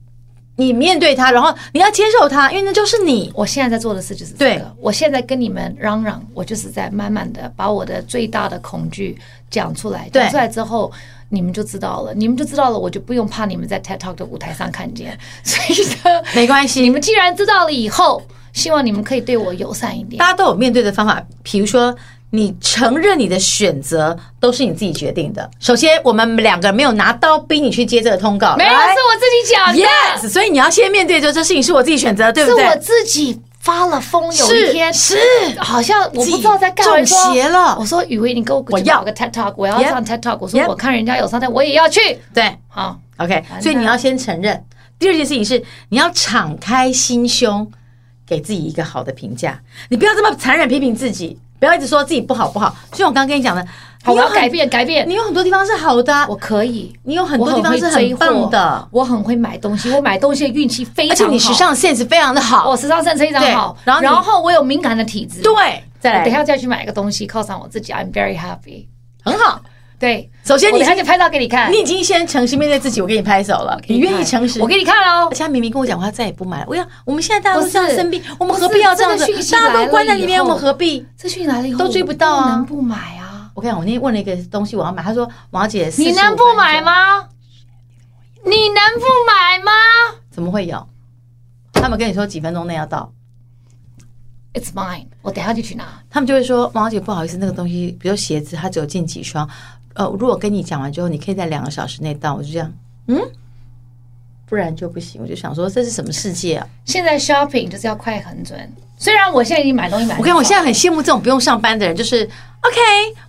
[SPEAKER 1] 你面对它，然后你要接受它，因为那就是你。
[SPEAKER 2] 我现在在做的事就是这
[SPEAKER 1] 对
[SPEAKER 2] 个。我现在跟你们嚷嚷，我就是在慢慢的把我的最大的恐惧讲出来。
[SPEAKER 1] 对
[SPEAKER 2] 讲出来之后，你们就知道了，你们就知道了，我就不用怕你们在 TED Talk 的舞台上看见。所以呢，
[SPEAKER 1] 没关系
[SPEAKER 2] 你们既然知道了以后，希望你们可以对我友善一点
[SPEAKER 1] 大。家都有面对的方法，比如说。你承认你的选择都是你自己决定的。首先，我们两个没有拿刀逼你去接这个通告，
[SPEAKER 2] 没有，是
[SPEAKER 1] 来
[SPEAKER 2] 我自己讲的
[SPEAKER 1] yes，所以你要先面对，就这事情是我自己选择，对不
[SPEAKER 2] 是
[SPEAKER 1] 对？
[SPEAKER 2] 我自己发了疯。有一天
[SPEAKER 1] 是
[SPEAKER 2] 好像我不知道在干嘛。
[SPEAKER 1] 自己中邪了
[SPEAKER 2] 我说雨薇，你给我
[SPEAKER 1] 我
[SPEAKER 2] 去
[SPEAKER 1] 要
[SPEAKER 2] 搞个 TED Talk，我要
[SPEAKER 1] Yep
[SPEAKER 2] 上 TED Talk。我说
[SPEAKER 1] Yep
[SPEAKER 2] 我看人家有上 TED，我也要去。
[SPEAKER 1] 对
[SPEAKER 2] 好。
[SPEAKER 1] ，OK，
[SPEAKER 2] 蛋
[SPEAKER 1] 所以你要先承认。第二件事情是，你要敞开心胸，给自己一个好的评价。你不要这么残忍批评自己，不要一直说自己不好不好。就像我刚刚跟你讲的，你
[SPEAKER 2] 好，我
[SPEAKER 1] 有
[SPEAKER 2] 要
[SPEAKER 1] 很
[SPEAKER 2] 改，变，改变
[SPEAKER 1] 你。有很多地方是好的啊，
[SPEAKER 2] 我可以，
[SPEAKER 1] 你有很多
[SPEAKER 2] 我
[SPEAKER 1] 地方是
[SPEAKER 2] 会
[SPEAKER 1] 很
[SPEAKER 2] 追
[SPEAKER 1] 棒
[SPEAKER 2] 货
[SPEAKER 1] 的，
[SPEAKER 2] 我很会买东西，我买东西的运气非
[SPEAKER 1] 而
[SPEAKER 2] 常
[SPEAKER 1] 且
[SPEAKER 2] 好。
[SPEAKER 1] 你时，尚 sense 非常的好
[SPEAKER 2] 我。时尚甚非常
[SPEAKER 1] 对
[SPEAKER 2] 好。
[SPEAKER 1] 然后你
[SPEAKER 2] 我有敏感的体质。我
[SPEAKER 1] 对，再来，
[SPEAKER 2] 等一下再去买一个东西犒赏我自己，I'm very happy。
[SPEAKER 1] 很好。
[SPEAKER 2] 对，
[SPEAKER 1] 首先
[SPEAKER 2] 我
[SPEAKER 1] 你
[SPEAKER 2] 等一下就拍照给你看，
[SPEAKER 1] 你已经先诚实面对自己，我给你拍手了，你愿意诚实，
[SPEAKER 2] 我给你看哦
[SPEAKER 1] 而。且他明明跟我讲话，他再也不买了。我要，我们现在大家
[SPEAKER 2] 不
[SPEAKER 1] 都
[SPEAKER 2] 是
[SPEAKER 1] 这样生病，我们
[SPEAKER 2] 不
[SPEAKER 1] 何必
[SPEAKER 2] 是
[SPEAKER 1] 要
[SPEAKER 2] 这
[SPEAKER 1] 这样
[SPEAKER 2] 个
[SPEAKER 1] 子
[SPEAKER 2] 讯息？
[SPEAKER 1] 大家
[SPEAKER 2] 来
[SPEAKER 1] 都
[SPEAKER 2] 了
[SPEAKER 1] 关在
[SPEAKER 2] 以
[SPEAKER 1] 里面，我们
[SPEAKER 2] 后
[SPEAKER 1] 何必？
[SPEAKER 2] 资讯来了以后
[SPEAKER 1] 都追不到啊
[SPEAKER 2] 我能不买啊？
[SPEAKER 1] 我跟你讲，我那天问了一个东西，我要买，他说王姐，
[SPEAKER 2] 你能不买？吗？你能不买吗？
[SPEAKER 1] 怎么会有？他们跟你说几分钟内要到，
[SPEAKER 2] It's mine，我等一下就去拿。
[SPEAKER 1] 他们就会说：“王小姐，不好意思，那个东西，比如鞋子，它只有进几双。呃，如果跟你讲完之后，你可以在两个小时内到。”我就这样，嗯，不然就不行。我就想说，这是什么世界啊？
[SPEAKER 2] 现在 shopping 就是要快很准，虽然我现在已经买东西买得
[SPEAKER 1] 我跟你讲我现在
[SPEAKER 2] 少
[SPEAKER 1] 很羡慕这种不用上班的人，就是 OK，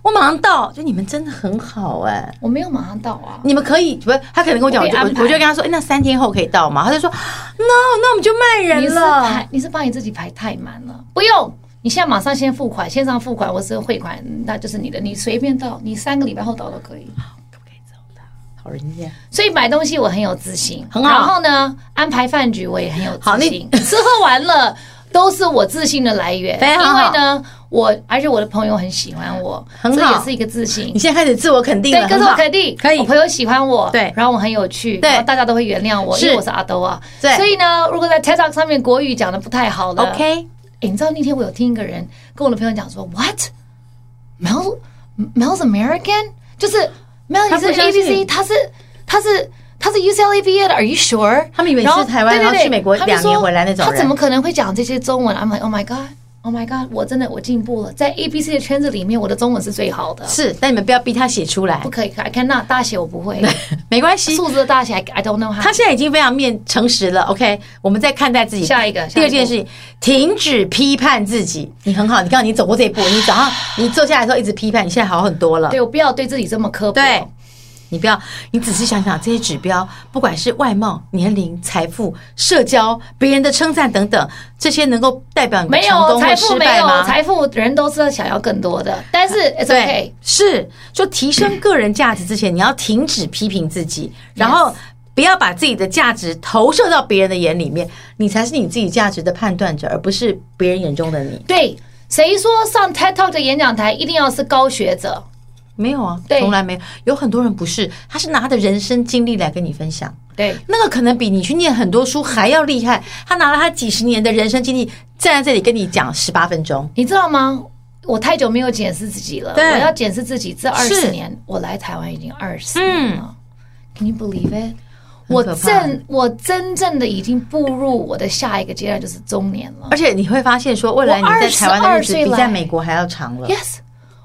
[SPEAKER 1] 我马上到。就你们真的很好哎、
[SPEAKER 2] 我没有马上到啊，
[SPEAKER 1] 你们可以不是？他可能跟我讲，我
[SPEAKER 2] 我可以
[SPEAKER 1] 就我
[SPEAKER 2] 安排
[SPEAKER 1] 我就跟他说、哎那三天后可以到吗？他就说，No，那我们就卖
[SPEAKER 2] 你
[SPEAKER 1] 人
[SPEAKER 2] 是
[SPEAKER 1] 了。
[SPEAKER 2] 排你是把你自己排太满了，不用。你现在马上先付款，线上付款或是汇款，那就是你的，你随便到，你三个礼拜后到都可以。
[SPEAKER 1] 好人家，
[SPEAKER 2] 所以买东西我很有自信，
[SPEAKER 1] 很好
[SPEAKER 2] 然后呢，安排饭局我也很有
[SPEAKER 1] 好
[SPEAKER 2] 自
[SPEAKER 1] 你
[SPEAKER 2] 信， 吃喝玩乐都是我自信的来源。
[SPEAKER 1] 非常
[SPEAKER 2] 因
[SPEAKER 1] 好
[SPEAKER 2] 为呢，我而且我的朋友很喜欢我，
[SPEAKER 1] 很好
[SPEAKER 2] 这也是一个自信
[SPEAKER 1] 你。现在开始自我肯定
[SPEAKER 2] 对
[SPEAKER 1] 了，，
[SPEAKER 2] 可是
[SPEAKER 1] 很
[SPEAKER 2] 我
[SPEAKER 1] 好
[SPEAKER 2] 肯定，
[SPEAKER 1] 可以
[SPEAKER 2] 我朋友喜欢我，
[SPEAKER 1] 对
[SPEAKER 2] 然后我很有趣，
[SPEAKER 1] 对
[SPEAKER 2] 然后大家都会原谅我，
[SPEAKER 1] 是
[SPEAKER 2] 因为我是阿兜啊。
[SPEAKER 1] 对
[SPEAKER 2] 所以呢，如果在 TED Talk 上面国语讲的不太好的
[SPEAKER 1] OK。
[SPEAKER 2] 诶你知道那天我有听一个人跟我的朋友讲说，What Mel Mel's American，就是 Mel
[SPEAKER 1] 他
[SPEAKER 2] 你
[SPEAKER 1] 不
[SPEAKER 2] 是
[SPEAKER 1] 相信
[SPEAKER 2] ABC，他是他是他是 UCLA 毕业的，Are you sure？
[SPEAKER 1] 他们以为你
[SPEAKER 2] 然后
[SPEAKER 1] 是台湾
[SPEAKER 2] 对对
[SPEAKER 1] 然后
[SPEAKER 2] 对
[SPEAKER 1] 去美国
[SPEAKER 2] 他们
[SPEAKER 1] 两年回来那种
[SPEAKER 2] 说
[SPEAKER 1] 人
[SPEAKER 2] 他怎么可能会讲这些中文？I'm like Oh my God，Oh my God，我真的我进步了，在 ABC 的圈子里面，我的中文是最好的，
[SPEAKER 1] 是，但你们不要逼他写出 来
[SPEAKER 2] 不，可以，I cannot 大写我 不会，
[SPEAKER 1] 没关系。
[SPEAKER 2] 数字的大写 I I don't know how
[SPEAKER 1] 他。现在已经非常面诚实了，OK。我们在看待自己。
[SPEAKER 2] 下一个
[SPEAKER 1] 第二件
[SPEAKER 2] 下
[SPEAKER 1] 事情，停止批判自己。你很好，你刚刚你走过这一步，你早 上你坐下来的时候一直批判，你现在好很多了
[SPEAKER 2] 对，。我不要对自己这么刻薄。
[SPEAKER 1] 对，你不要，你仔细想想这些指标，不管是外貌、年龄、财富、社交、别人的称赞等等，这些能够代表你的
[SPEAKER 2] 没
[SPEAKER 1] 成
[SPEAKER 2] 有
[SPEAKER 1] 功
[SPEAKER 2] 财
[SPEAKER 1] 或
[SPEAKER 2] 富，
[SPEAKER 1] 失
[SPEAKER 2] 没
[SPEAKER 1] 败
[SPEAKER 2] 有
[SPEAKER 1] 吗？
[SPEAKER 2] 财富，人都是想要更多的，但是 it's okay
[SPEAKER 1] 对。，是就提升个人价值之前，你要停止批评自己，然后不要把自己的价值投射到别人的眼里面，你才是你自己价值的判断者，而不是别人眼中的你。
[SPEAKER 2] 对，谁说上 TED Talk 的演讲台一定要是高学者？
[SPEAKER 1] 没有啊，
[SPEAKER 2] 对
[SPEAKER 1] 从来没有。有很多人不是，他是拿他的人生经历来跟你分享，
[SPEAKER 2] 对，
[SPEAKER 1] 那个可能比你去念很多书还要厉害。他拿了他几十年的人生经历，站在这里跟你讲十八分钟。
[SPEAKER 2] 你知道吗？我太久没有检视自己了，
[SPEAKER 1] 对
[SPEAKER 2] 我要检视自己。这二
[SPEAKER 1] 是嗯
[SPEAKER 2] 十年，我来台湾已经二十年了、c a n you believe it？我
[SPEAKER 1] 可怕
[SPEAKER 2] 正我真正的已经步入我的下一个阶段，就是中年了。
[SPEAKER 1] 而且你会发现说，未来你
[SPEAKER 2] 我
[SPEAKER 1] 在台湾的日子
[SPEAKER 2] 22岁
[SPEAKER 1] 比在
[SPEAKER 2] 来
[SPEAKER 1] 美国还要长了。
[SPEAKER 2] Yes，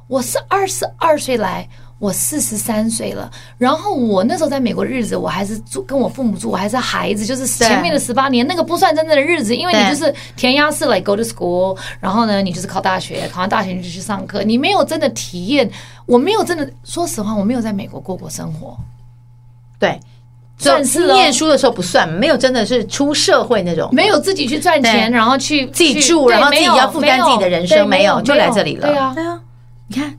[SPEAKER 2] 我是二十二岁来，我四十三岁了。然后我那时候在美国日子，我还是住跟我父母住，我还是孩子，就是前面的十八年那个不算真正的日子，因为
[SPEAKER 1] 对
[SPEAKER 2] 你就是填鸭式来 go to school，然后呢，你就是考大学，考完大学你就去上课，你没有真的体验。我没有真的，说实话，我没有在美国过过生活。
[SPEAKER 1] 对，
[SPEAKER 2] 算是哦
[SPEAKER 1] 念书的时候不算，没有真的是出社会那种。
[SPEAKER 2] 没有自己去赚钱，
[SPEAKER 1] 对
[SPEAKER 2] 然后去
[SPEAKER 1] 自己
[SPEAKER 2] 去
[SPEAKER 1] 住
[SPEAKER 2] 对
[SPEAKER 1] 然后
[SPEAKER 2] 没
[SPEAKER 1] 自
[SPEAKER 2] 有
[SPEAKER 1] 己要负担
[SPEAKER 2] 没有
[SPEAKER 1] 自己的人生
[SPEAKER 2] 对
[SPEAKER 1] 没有就来这里了
[SPEAKER 2] 对啊，
[SPEAKER 1] 对啊，你看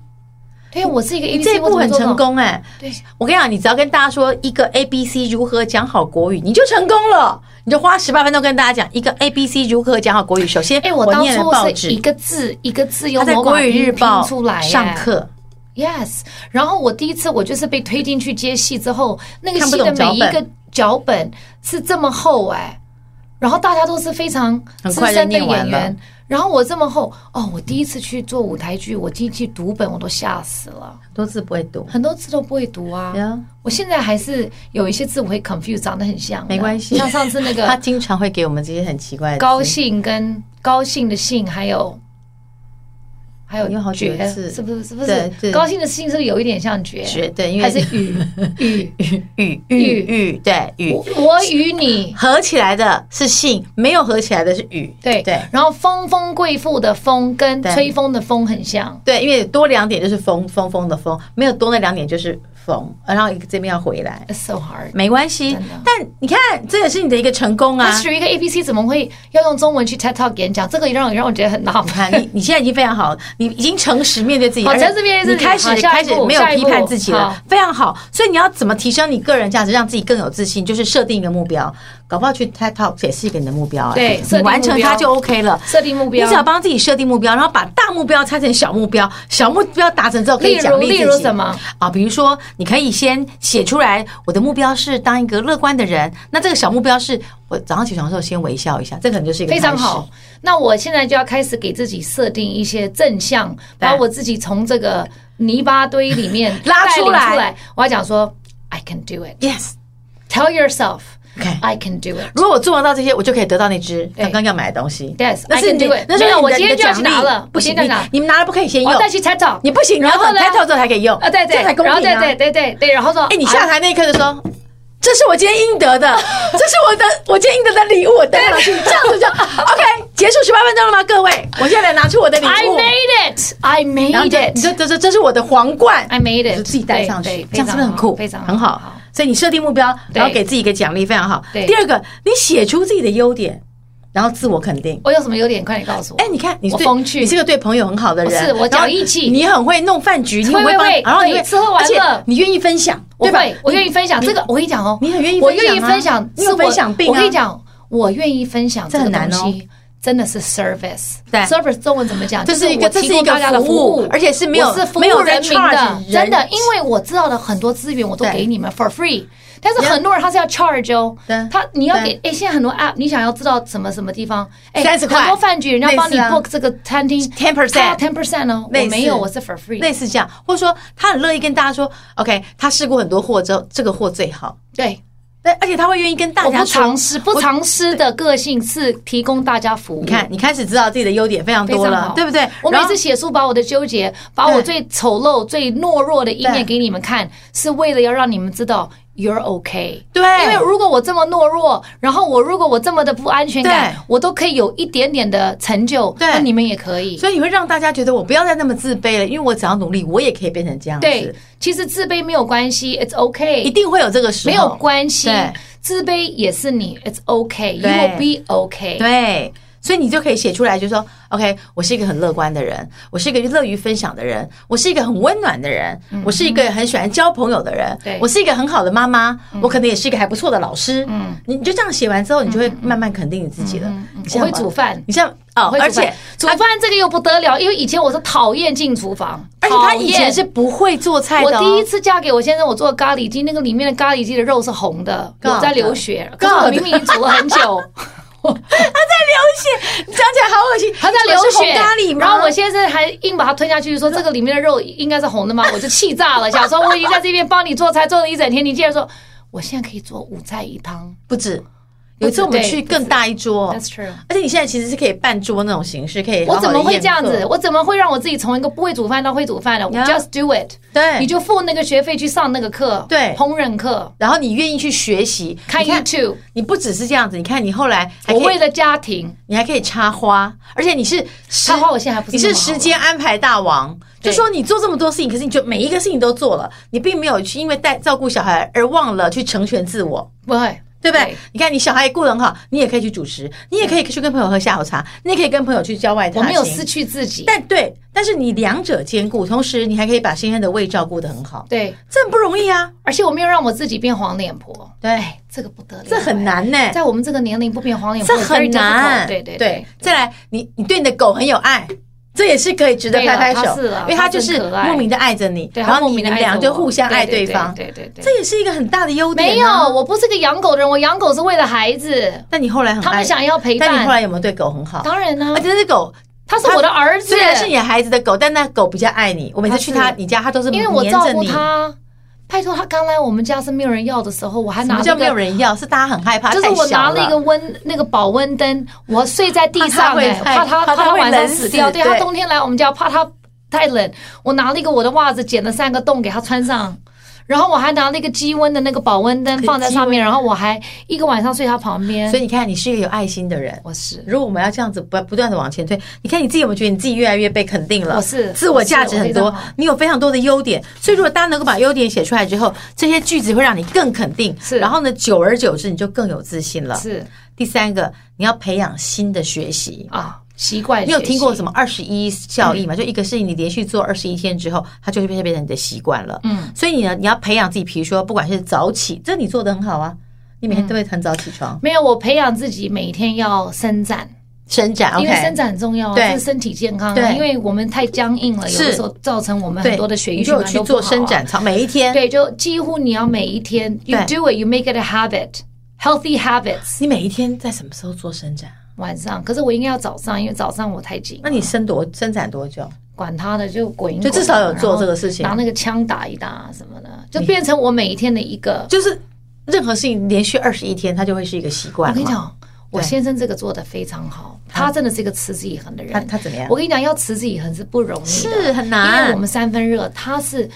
[SPEAKER 2] 对啊，我是一个 ABC，
[SPEAKER 1] 这一步
[SPEAKER 2] 我怎么
[SPEAKER 1] 很
[SPEAKER 2] 做到
[SPEAKER 1] 成。功哎、
[SPEAKER 2] 对，
[SPEAKER 1] 我跟你讲，你只要跟大家说一个 A B C 如何讲好国语，你就成功了。你就花十八分钟跟大家讲一个 A B C 如何讲好国语。首先，
[SPEAKER 2] 哎、我当
[SPEAKER 1] 念了
[SPEAKER 2] 初
[SPEAKER 1] 报
[SPEAKER 2] 是一
[SPEAKER 1] 纸，
[SPEAKER 2] 个字一个字
[SPEAKER 1] 他
[SPEAKER 2] 用
[SPEAKER 1] 在
[SPEAKER 2] 魔
[SPEAKER 1] 国
[SPEAKER 2] 法
[SPEAKER 1] 语
[SPEAKER 2] 拼
[SPEAKER 1] 日报
[SPEAKER 2] 拼出来耶
[SPEAKER 1] 上课，
[SPEAKER 2] ，yes。然后我第一次我就是被推进去接戏之后，那个
[SPEAKER 1] 看不
[SPEAKER 2] 戏
[SPEAKER 1] 懂
[SPEAKER 2] 的每一
[SPEAKER 1] 脚本
[SPEAKER 2] 个脚本是这么厚哎、然后大家都是非常
[SPEAKER 1] 很
[SPEAKER 2] 资
[SPEAKER 1] 快就
[SPEAKER 2] 深的
[SPEAKER 1] 念完
[SPEAKER 2] 演
[SPEAKER 1] 了
[SPEAKER 2] 员，然后我这么厚哦，我第一次去做舞台剧，我第一次读本我都吓死了，
[SPEAKER 1] 很多字不会读。
[SPEAKER 2] 很多字都不会读啊。
[SPEAKER 1] Yeah
[SPEAKER 2] 我现在还是有一些字我会 confuse，长得很像的，
[SPEAKER 1] 没关系
[SPEAKER 2] 像上次 那个
[SPEAKER 1] 他经常会给我们这些很奇怪的字
[SPEAKER 2] 高，兴跟高兴的兴，还有还有
[SPEAKER 1] 有好几
[SPEAKER 2] 觉
[SPEAKER 1] 个字
[SPEAKER 2] 是不是？是不
[SPEAKER 1] 对对
[SPEAKER 2] 是？高兴的兴是不是有一点像觉？
[SPEAKER 1] 绝对，因为
[SPEAKER 2] 还是与 与
[SPEAKER 1] 语语语对语
[SPEAKER 2] 我我与你
[SPEAKER 1] 合起来的是性，没有合起来的是语。
[SPEAKER 2] 对
[SPEAKER 1] 对
[SPEAKER 2] 然后风风贵妇的风跟
[SPEAKER 1] 对
[SPEAKER 2] 吹风的风很像，
[SPEAKER 1] 对，因为多两点就是风风风的风，没有多那两点就是风，然后一个这边要回来，
[SPEAKER 2] It's so hard。
[SPEAKER 1] 没关系
[SPEAKER 2] 真的。
[SPEAKER 1] 但你看，这也是你的一个成功啊
[SPEAKER 2] 那！学一个 A B C 怎么会要用中文去 TED Talk 演讲？这个让让我觉得很纳
[SPEAKER 1] 你
[SPEAKER 2] 闷。
[SPEAKER 1] 看，你你现在已经非常好，你已经诚实面对自己，
[SPEAKER 2] 好
[SPEAKER 1] 而且
[SPEAKER 2] 诚实面对自己
[SPEAKER 1] 你开始
[SPEAKER 2] 好下
[SPEAKER 1] 开
[SPEAKER 2] 一
[SPEAKER 1] 始
[SPEAKER 2] 步
[SPEAKER 1] 没有
[SPEAKER 2] 下一
[SPEAKER 1] 批
[SPEAKER 2] 步
[SPEAKER 1] 判自己了
[SPEAKER 2] 好，
[SPEAKER 1] 非常好。所以你要怎么提升你个人价值，让自己更有自信，就是设定一个目标，搞不好去 TED Talk 也是一个你的目标啊。
[SPEAKER 2] 对
[SPEAKER 1] 你
[SPEAKER 2] 设定
[SPEAKER 1] 完成
[SPEAKER 2] 目标
[SPEAKER 1] 它就 OK 了。
[SPEAKER 2] 设定目
[SPEAKER 1] 你
[SPEAKER 2] 标
[SPEAKER 1] 只，要帮自己设定目标，然后把大目标拆成小目标，小目标达成之后可以
[SPEAKER 2] 例如
[SPEAKER 1] 奖励自己。
[SPEAKER 2] 例如什么
[SPEAKER 1] 啊？比如说，你可以先写出来，我的目标是当一个乐观的人。那这个小目标是我早上起床的时候先微笑一下，这可能就是一个
[SPEAKER 2] 非常
[SPEAKER 1] 开始
[SPEAKER 2] 好。。那我现在就要开始给自己设定一些正向，
[SPEAKER 1] 对
[SPEAKER 2] 把我自己从这个泥巴堆里面
[SPEAKER 1] 拉
[SPEAKER 2] 带领
[SPEAKER 1] 出来
[SPEAKER 2] 出来。我要讲说，I can do it.
[SPEAKER 1] Yes，
[SPEAKER 2] Tell yourself.
[SPEAKER 1] OK
[SPEAKER 2] I can do it。
[SPEAKER 1] 如果我做得到这些，我就可以得到那只刚刚要买的东西。
[SPEAKER 2] Yes，
[SPEAKER 1] 那
[SPEAKER 2] I
[SPEAKER 1] 是
[SPEAKER 2] can
[SPEAKER 1] 你
[SPEAKER 2] do it，
[SPEAKER 1] 那是
[SPEAKER 2] 没有
[SPEAKER 1] 你
[SPEAKER 2] 我
[SPEAKER 1] 的
[SPEAKER 2] 今
[SPEAKER 1] 你的
[SPEAKER 2] 天就要
[SPEAKER 1] 奖
[SPEAKER 2] 去
[SPEAKER 1] 励
[SPEAKER 2] 拿了
[SPEAKER 1] 不行，
[SPEAKER 2] 我今天
[SPEAKER 1] 你
[SPEAKER 2] 就拿
[SPEAKER 1] 你们拿了不可以先
[SPEAKER 2] 我
[SPEAKER 1] 用
[SPEAKER 2] 要，带去 TED Talk，
[SPEAKER 1] 你不行，然后
[SPEAKER 2] 然后呢
[SPEAKER 1] 抬头之后才可以用，
[SPEAKER 2] 啊，对对，
[SPEAKER 1] 这才公
[SPEAKER 2] 然后
[SPEAKER 1] 平
[SPEAKER 2] 对
[SPEAKER 1] 啊！
[SPEAKER 2] 对对对对，然后说，
[SPEAKER 1] 哎，你下台那一刻就说。这是我今天应得的，这是我的我今天应得的礼物，我带上去，这样子就 OK。结束十八分钟了吗，各位？我现在拿出我的礼
[SPEAKER 2] 哎 I
[SPEAKER 1] 物，
[SPEAKER 2] made it, I
[SPEAKER 1] 然后你就
[SPEAKER 2] made
[SPEAKER 1] 你
[SPEAKER 2] it,
[SPEAKER 1] 就这这这是我的皇冠
[SPEAKER 2] I made
[SPEAKER 1] 你
[SPEAKER 2] it，
[SPEAKER 1] 就自己戴上
[SPEAKER 2] 对
[SPEAKER 1] 去
[SPEAKER 2] 对，
[SPEAKER 1] 这样是不是很酷？
[SPEAKER 2] 非常好
[SPEAKER 1] 很好。所以你设定目标，
[SPEAKER 2] 对
[SPEAKER 1] 然后给自己一个奖励，非常好。
[SPEAKER 2] 对
[SPEAKER 1] 第二个，你写出自己的优点，然后自我肯定。
[SPEAKER 2] 我有什么优点？快点告诉我。
[SPEAKER 1] 哎，你看，你
[SPEAKER 2] 我
[SPEAKER 1] 对
[SPEAKER 2] 风趣
[SPEAKER 1] 你是个对朋友很好的人，
[SPEAKER 2] 我是我
[SPEAKER 1] 然后
[SPEAKER 2] 讲义气
[SPEAKER 1] 你很会弄饭局，你很会帮，
[SPEAKER 2] 喂喂喂
[SPEAKER 1] 然后你
[SPEAKER 2] 对
[SPEAKER 1] 会
[SPEAKER 2] 吃喝玩
[SPEAKER 1] 而且
[SPEAKER 2] 乐
[SPEAKER 1] 你愿意分享，
[SPEAKER 2] 我
[SPEAKER 1] 对吧
[SPEAKER 2] 会？，我愿意分享这个。我跟你讲哦，
[SPEAKER 1] 你很愿意
[SPEAKER 2] 我
[SPEAKER 1] 分享啊
[SPEAKER 2] 愿意分享，
[SPEAKER 1] 你有
[SPEAKER 2] 是我
[SPEAKER 1] 分享病啊
[SPEAKER 2] 我跟你讲，我愿意分享这
[SPEAKER 1] 这
[SPEAKER 2] 个
[SPEAKER 1] 很难
[SPEAKER 2] 东
[SPEAKER 1] 哦
[SPEAKER 2] 西。真的是 service，
[SPEAKER 1] 对
[SPEAKER 2] service 中文怎么讲？
[SPEAKER 1] 这是一
[SPEAKER 2] 就
[SPEAKER 1] 个
[SPEAKER 2] 我提供大家的
[SPEAKER 1] 这是一个服务而且是没有
[SPEAKER 2] 我是服
[SPEAKER 1] 没有
[SPEAKER 2] 务人
[SPEAKER 1] 人
[SPEAKER 2] 民的
[SPEAKER 1] charge，
[SPEAKER 2] 真的
[SPEAKER 1] 人，
[SPEAKER 2] 因为我知道的很多资源我都
[SPEAKER 1] 对
[SPEAKER 2] 给你们 for free，但是很多人他是要 charge 哦
[SPEAKER 1] 对，
[SPEAKER 2] 他你要给
[SPEAKER 1] 对
[SPEAKER 2] 哎，现在很多 app 你想要知道什么什么地方，哎，
[SPEAKER 1] 30块
[SPEAKER 2] 很多饭局人家帮你
[SPEAKER 1] 类似啊
[SPEAKER 2] book 这个餐厅
[SPEAKER 1] 10%
[SPEAKER 2] ten percent 哦，我
[SPEAKER 1] 类似
[SPEAKER 2] 没有，我是 for free，
[SPEAKER 1] 类似这样，或者说他很乐意跟大家说，OK，他试过很多货之后，这个货最好，
[SPEAKER 2] 对。
[SPEAKER 1] 但而且他会愿意跟大
[SPEAKER 2] 我
[SPEAKER 1] 家
[SPEAKER 2] 哦不
[SPEAKER 1] 说
[SPEAKER 2] 藏。私，不藏私的个性是提供大家服务。
[SPEAKER 1] 你看，你开始知道自己的优点非常
[SPEAKER 2] 非
[SPEAKER 1] 多
[SPEAKER 2] 常
[SPEAKER 1] 了
[SPEAKER 2] 好，，
[SPEAKER 1] 对不对？
[SPEAKER 2] 我每
[SPEAKER 1] 然后
[SPEAKER 2] 次写书，把我的纠结，把我
[SPEAKER 1] 对
[SPEAKER 2] 最丑陋、最懦弱的一面
[SPEAKER 1] 对
[SPEAKER 2] 给你们看，是为了要让你们知道 you're okay。
[SPEAKER 1] 对
[SPEAKER 2] 因为如果我这么懦弱，然后我如果我这么的不安全感
[SPEAKER 1] 对，
[SPEAKER 2] 我都可以有一点点的成就，
[SPEAKER 1] 对
[SPEAKER 2] 那你们也可以。
[SPEAKER 1] 所以你会让大家觉得我不要再那么自卑了，因为我只要努力，我也可以变成这样
[SPEAKER 2] 对
[SPEAKER 1] 子，，
[SPEAKER 2] 其实自卑没有关系，it's okay，
[SPEAKER 1] 一定会有这个时候，
[SPEAKER 2] 没有关系
[SPEAKER 1] 对，
[SPEAKER 2] 自卑也是你，it's okay，you
[SPEAKER 1] 对
[SPEAKER 2] will be okay。
[SPEAKER 1] 对，所以你就可以写出来，就说 OK，我是一个很乐观的人，我是一个乐于分享的人，我是一个很温暖的人，我是一个很喜欢交朋友的人
[SPEAKER 2] 嗯对，
[SPEAKER 1] 我是一个很好的妈妈，我可能也是一个还不错的老师。
[SPEAKER 2] 嗯
[SPEAKER 1] 嗯，你就这样写完之后，你就会慢慢肯定你自己了。你像
[SPEAKER 2] 嗯我会煮饭
[SPEAKER 1] 你像哦，
[SPEAKER 2] 会
[SPEAKER 1] 而
[SPEAKER 2] 煮饭
[SPEAKER 1] 且
[SPEAKER 2] 煮饭这个又不得了，因为以前我是讨厌进厨房，
[SPEAKER 1] 而且他以
[SPEAKER 2] 讨厌
[SPEAKER 1] 前是不会做菜
[SPEAKER 2] 我
[SPEAKER 1] 的、哦，
[SPEAKER 2] 第 一次嫁给我先生，我做咖喱鸡，那个里面的咖喱鸡的肉是红的，
[SPEAKER 1] God
[SPEAKER 2] 我在流血，可是我
[SPEAKER 1] God
[SPEAKER 2] 明明已经煮了 很久，
[SPEAKER 1] 流血，你讲起来好恶心，
[SPEAKER 2] 他在流
[SPEAKER 1] 这是
[SPEAKER 2] 血
[SPEAKER 1] 红咖喱吗？
[SPEAKER 2] 然后我先生还硬把它吞下去，说这个里面的肉应该是红 的吗？我就气炸了，想说我已经在这边帮你做菜做了一整天，你竟然说我现在可以做五菜一汤
[SPEAKER 1] 不止。有一次我们
[SPEAKER 2] 对
[SPEAKER 1] 去
[SPEAKER 2] 不
[SPEAKER 1] 更大一桌，
[SPEAKER 2] ，That's true。
[SPEAKER 1] 而且你现在其实是可以办桌那种形式，可以好
[SPEAKER 2] 我
[SPEAKER 1] 好地
[SPEAKER 2] 怎么会这样
[SPEAKER 1] 宴
[SPEAKER 2] 子？
[SPEAKER 1] 客
[SPEAKER 2] 我怎么会让我自己从一个不会煮饭到会煮饭呢
[SPEAKER 1] Yeah
[SPEAKER 2] ？Just do it。
[SPEAKER 1] 对
[SPEAKER 2] 你就付那个学费去上那个课，
[SPEAKER 1] 哎对
[SPEAKER 2] 烹饪课，
[SPEAKER 1] 然后你愿意去学习，
[SPEAKER 2] 看
[SPEAKER 1] 你
[SPEAKER 2] YouTube。
[SPEAKER 1] 你不只是这样子，你看你后来还
[SPEAKER 2] 我
[SPEAKER 1] 可
[SPEAKER 2] 为
[SPEAKER 1] 以，
[SPEAKER 2] 了家庭，
[SPEAKER 1] 你还可以插花，而且你是时
[SPEAKER 2] 插花我现在还不是
[SPEAKER 1] 你
[SPEAKER 2] 那么
[SPEAKER 1] 是
[SPEAKER 2] 好
[SPEAKER 1] 时间安排大王，
[SPEAKER 2] 对
[SPEAKER 1] 就说你做这么多事情，可是你就每一个事情都做了，你并没有去因为带照顾小孩而忘了去成全自我。
[SPEAKER 2] 不会，
[SPEAKER 1] 对不对？
[SPEAKER 2] 对
[SPEAKER 1] 你看，你小孩也顾得很好，你也可以去主持，你也可以去跟朋友喝下午茶，你也可以跟朋友去郊外踏
[SPEAKER 2] 嗯我
[SPEAKER 1] 青。
[SPEAKER 2] 没有失去自己。
[SPEAKER 1] 但对，但是你两者兼顾，同时你还可以把先生的胃照顾得很好，
[SPEAKER 2] 对，
[SPEAKER 1] 这很不容易啊。
[SPEAKER 2] 而且我没有让我自己变黄脸婆，
[SPEAKER 1] 对，
[SPEAKER 2] 这个不得了，
[SPEAKER 1] 这很难呢、
[SPEAKER 2] 在我们这个年龄不变黄脸婆
[SPEAKER 1] 这很
[SPEAKER 2] very difficult，
[SPEAKER 1] 难。
[SPEAKER 2] 对对
[SPEAKER 1] 对，再来，你你对你的狗很有爱，这也是可以值得
[SPEAKER 2] 对
[SPEAKER 1] 拍
[SPEAKER 2] 啦
[SPEAKER 1] 拍
[SPEAKER 2] 它
[SPEAKER 1] 手，
[SPEAKER 2] 是啦啊
[SPEAKER 1] 因为
[SPEAKER 2] 它
[SPEAKER 1] 它就
[SPEAKER 2] 真
[SPEAKER 1] 是
[SPEAKER 2] 可爱
[SPEAKER 1] 莫名的爱着你，
[SPEAKER 2] 对，
[SPEAKER 1] 然
[SPEAKER 2] 他
[SPEAKER 1] 后
[SPEAKER 2] 莫
[SPEAKER 1] 你
[SPEAKER 2] 名地
[SPEAKER 1] 们
[SPEAKER 2] 爱
[SPEAKER 1] 俩
[SPEAKER 2] 着
[SPEAKER 1] 就
[SPEAKER 2] 我
[SPEAKER 1] 互相爱
[SPEAKER 2] 对
[SPEAKER 1] 方，
[SPEAKER 2] 对对对对。
[SPEAKER 1] 这也是一个很大的优点、啊
[SPEAKER 2] 没有，，我不是个养狗的人，我养狗是为了孩子，
[SPEAKER 1] 但你后来很
[SPEAKER 2] 他们
[SPEAKER 1] 爱
[SPEAKER 2] 想要陪
[SPEAKER 1] 但你后
[SPEAKER 2] 伴。
[SPEAKER 1] 来有没有对狗很好？
[SPEAKER 2] 当然呢
[SPEAKER 1] 而，且那只狗
[SPEAKER 2] 他是我的儿子
[SPEAKER 1] 虽，然是你的孩子的狗，但那狗比较爱你。我每次去
[SPEAKER 2] 它
[SPEAKER 1] 它
[SPEAKER 2] 是
[SPEAKER 1] 你家，它都是
[SPEAKER 2] 因为我
[SPEAKER 1] 黏
[SPEAKER 2] 照
[SPEAKER 1] 着
[SPEAKER 2] 顾
[SPEAKER 1] 你。
[SPEAKER 2] 他。拜托，他刚来我们家是没有人要的时候，我还
[SPEAKER 1] 什
[SPEAKER 2] 拿
[SPEAKER 1] 么
[SPEAKER 2] 这
[SPEAKER 1] 叫没有
[SPEAKER 2] 个。
[SPEAKER 1] 人要？是大家很害怕，
[SPEAKER 2] 就是
[SPEAKER 1] 啊太
[SPEAKER 2] 我
[SPEAKER 1] 小
[SPEAKER 2] 拿了一个温那个保温灯，我睡 在地上、
[SPEAKER 1] 怕它会
[SPEAKER 2] 欸，怕他
[SPEAKER 1] 怕它
[SPEAKER 2] 怕他
[SPEAKER 1] 会
[SPEAKER 2] 晚上
[SPEAKER 1] 冷
[SPEAKER 2] 死
[SPEAKER 1] 死
[SPEAKER 2] 掉。对
[SPEAKER 1] 对
[SPEAKER 2] 他冬天来我们家，怕他太冷，我拿了一个我的袜子剪了三个洞给他穿上，然后我还拿了一个积温的那个保温灯
[SPEAKER 1] 可以
[SPEAKER 2] 放在上
[SPEAKER 1] 积
[SPEAKER 2] 面，然后我还一个晚上睡他旁边。
[SPEAKER 1] 所
[SPEAKER 2] 以
[SPEAKER 1] 以你看，你是一个有爱心的人。
[SPEAKER 2] 我是
[SPEAKER 1] 如果我们要这样子不不断的往前推，你看你自己有没有觉得你自己越来越被肯定了？
[SPEAKER 2] 我是
[SPEAKER 1] 自我价值很
[SPEAKER 2] 我
[SPEAKER 1] 多
[SPEAKER 2] 是我非常好，
[SPEAKER 1] 你有非常多的优点。所以如果大家能够把优点写出来之后，这些句子会让你更肯定。
[SPEAKER 2] 是
[SPEAKER 1] 然后呢，久而久之你就更有自信了。
[SPEAKER 2] 是
[SPEAKER 1] 第三个，你要培养新的学习。
[SPEAKER 2] 啊，习嗯惯。
[SPEAKER 1] 你有听过什
[SPEAKER 2] 么？
[SPEAKER 1] 么二十一效应吗？就一个是你连续做二十一天之后，它就会变变成你的习惯了。
[SPEAKER 2] 嗯，
[SPEAKER 1] 所以你呢，你要培养自己，比如说不管是早起，这你做的很好啊，你每天都
[SPEAKER 2] 嗯
[SPEAKER 1] 会很早起床，
[SPEAKER 2] 没有，我培养自己每天要伸展。
[SPEAKER 1] 伸展
[SPEAKER 2] 因为
[SPEAKER 1] ，OK，
[SPEAKER 2] 伸展很重要啊，
[SPEAKER 1] 对
[SPEAKER 2] 是身体健康啊。
[SPEAKER 1] 对
[SPEAKER 2] 因为我们太僵硬了，有的
[SPEAKER 1] 是
[SPEAKER 2] 时候造成我们
[SPEAKER 1] 对，
[SPEAKER 2] 很多的血
[SPEAKER 1] 你
[SPEAKER 2] 液
[SPEAKER 1] 就
[SPEAKER 2] 循
[SPEAKER 1] 有
[SPEAKER 2] 环
[SPEAKER 1] 去
[SPEAKER 2] 都不
[SPEAKER 1] 做
[SPEAKER 2] 好啊
[SPEAKER 1] 伸展操，每一天，
[SPEAKER 2] 对，就几乎你要每一天，you
[SPEAKER 1] 对
[SPEAKER 2] do it, you make it a habit, healthy habits。
[SPEAKER 1] 你每一天在什么时候做伸展？啊
[SPEAKER 2] 晚上，可是我应该要早上，因为早上我太紧
[SPEAKER 1] 那，你伸多伸展多久？
[SPEAKER 2] 管他的就滚一滚啊
[SPEAKER 1] 就至少有做
[SPEAKER 2] 然后
[SPEAKER 1] 这个事情
[SPEAKER 2] 啊拿那个枪打一打什么的，就变成我每一天的一个
[SPEAKER 1] 就是任何事情连续二十一天，它就会是一个习惯
[SPEAKER 2] 我跟你
[SPEAKER 1] 了。
[SPEAKER 2] 讲，我
[SPEAKER 1] 对
[SPEAKER 2] 先生这个做的非常好，他真的是一个持之以恒的人。
[SPEAKER 1] 他他怎么样
[SPEAKER 2] 我跟你讲，要持之以恒是啊不容易的，
[SPEAKER 1] 是很
[SPEAKER 2] 因
[SPEAKER 1] 难
[SPEAKER 2] 为我们三分热，他是